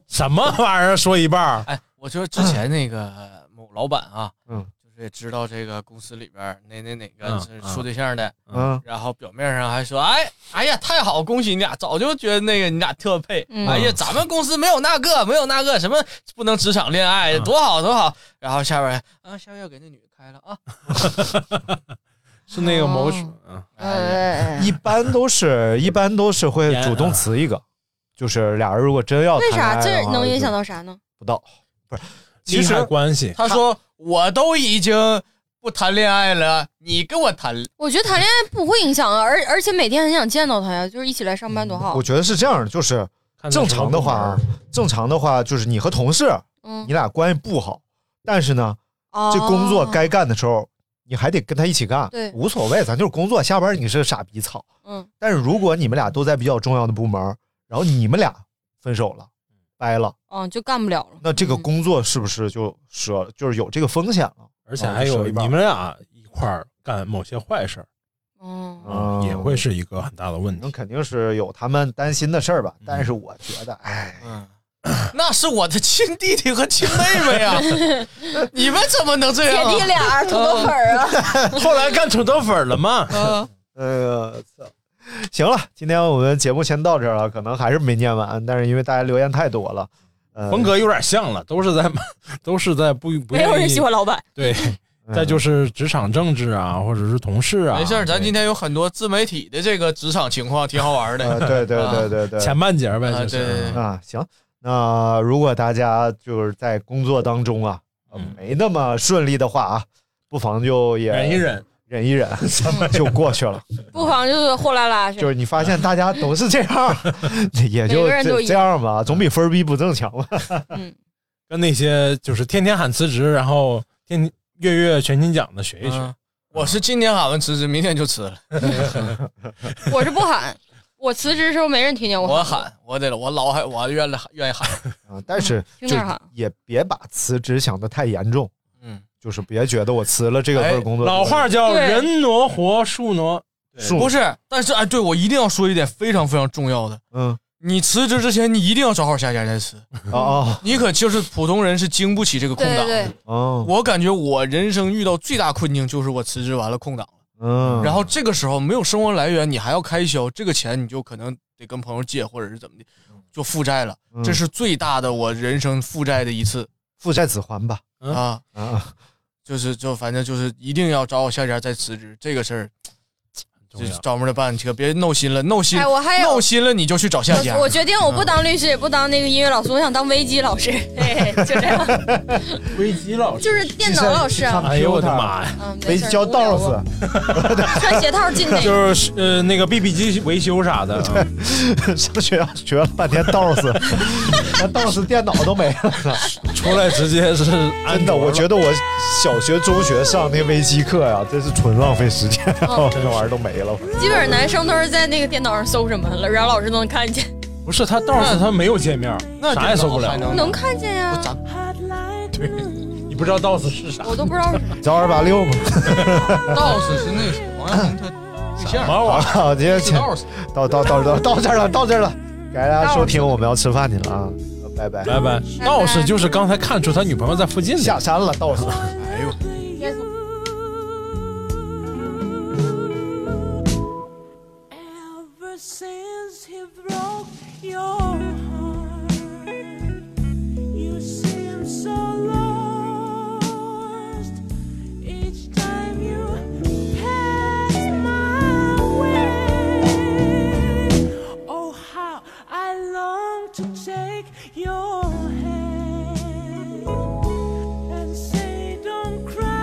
什么玩意儿？说一半儿
哎，我说之前那个某老板啊，
嗯，
就是也知道这个公司里边儿哪哪哪个
嗯
是处对象的，
嗯嗯
然后表面上还说，哎，哎呀，太好，恭喜你俩，早就觉得那个你俩特配，
嗯
哎呀，咱们公司没有那个，没有那个，什么不能职场恋
嗯
爱，多好多好，然后下边儿啊，下月给那女的开了啊，
是那个某
哦
嗯，
哎
哎
一般都是一般都是会主动辞一个，就是俩人如果真要
为啥
谈
这
恋爱的话
能影响到啥呢？
不到？不是，
利
其实
害关系
他说我都已经不谈恋爱了，你跟我谈，
我觉得谈恋爱不会影响啊，而而且每天很想见到他呀，就是一起来上班多好。
我觉得是这样的，就是正常的话啊，正常的话就是你和同事，
嗯
你俩关系不好，但是呢，
哦
这工作该干的时候，你还得跟他一起干，
对
无所谓，咱就是工作，下班你是个傻逼操。
嗯，
但是如果你们俩都在比较重要的部门，然后你们俩分手了，掰了，
嗯，就干不了了。
那这个工作是不是就折了？就是有这个风险了，啊
而且还有你们俩一块儿干某些坏事儿，
哦
嗯
也会是一个很大的问题。嗯
那肯定是有他们担心的事儿吧？但是我觉得，哎，
那是我的亲弟弟和亲妹 妹啊，你们怎么能这样啊、
姐弟俩儿土豆粉儿
啊！
后来干土豆粉儿了吗？
嗯
呃，操！行了，今天我们节目先到这儿了，可能还是没念完，但是因为大家留言太多了，呃，
风格有点像了，都是在都是在不不
没有
愿意
人喜欢老板。
对，再就是职场政治啊，或者是同事啊。
没事儿，咱今天有很多自媒体的这个职场情况，挺好 玩的。
呃，对对对对对，
啊
前半截儿呗
啊
就是
对对对
啊，行，那如果大家就是在工作当中啊，呃没那么顺利的话啊，不妨就也
嗯忍一忍，
忍一 忍，就过去了。
不妨就是货拉拉去。
就是你发现大家都是这样，也
每
就
个人都
这
一
这样吧，总比分儿逼不挣强吧。
跟那些就是天天喊辞职，然后天天月月全勤奖的学啊一学。
嗯我是今天喊完辞职，明天就辞了。
我是不喊，我辞职的时候没人听见我
我
喊。
喊，我得了，我老喊，我愿意愿意喊。
啊，但是
听
就
点儿哈
也别把辞职想得太严重，
嗯，哎
就是别觉得我辞了这个份儿工作，
老话叫人挪活，树挪
树
不是，但是哎，对我一定要说一点非常非常重要的，
嗯，
你辞职之前，你一定要找好下家再辞。
哦哦
你可就是普通人是经不起这个空
对
档的
对。
哦，
我感觉我人生遇到最大困境就是我辞职完了空档了，
嗯，
然后这个时候没有生活来源，你还要开销，这个钱你就可能得跟朋友借或者是怎么的，就负债了。
嗯
这是最大的我人生负债的一次
父债子还吧，
嗯
啊，
啊，
就是就反正就是一定要找好下家再辞职这个事儿。这找门的办，你可别闹心了，闹心，
哎我还有
闹心了，你就去找下家。
我我决定我不当律师，也不当那个音乐老师，我想当危机老师。嘿嘿，就这样，
危机老
就是电脑老师啊。
哎呦我的妈呀！
嗯，没
维
事儿
修
无聊啊 穿鞋套进那个。
就是呃那个 BB 机维修啥的，
上学校学了半天 DOS，那 DOS 电脑都没了，
出来直接是
真的。我觉得我小学、中学上那微机课呀，真是纯浪费时间，
哦
这玩意儿都没了。
基本上男生都是在那个电脑上搜什么了，然后老师都能看见，
不是他倒是他没有界面，啥也受不了。
能看见呀。
对，你不知道 DOS 是啥？
我都不知道是什么。
找二八六吧，
道士是那个谁王 阳明他对象。
好，今天
是 DOS
到到到到到这儿了，到这儿了，感谢大家收听，我们要吃饭去了啊，拜拜
拜拜。道士就是刚才看出他女朋友在附近下
山了，道士。
哎呦。
Ever since he broke your heart, you seem so lost. Each time you pass my way, oh how I long to take your hand and say, "Don't cry."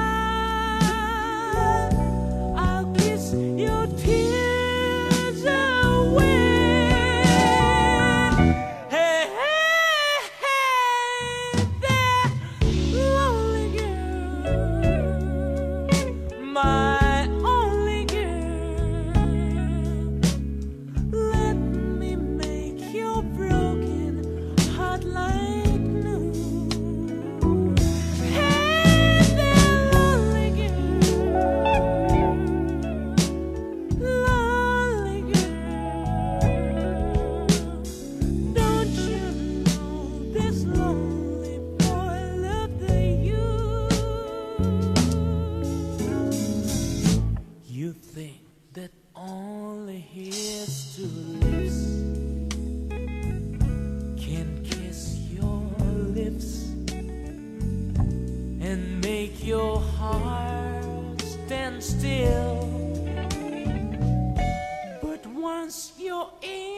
make your heart stand still. But once you're in.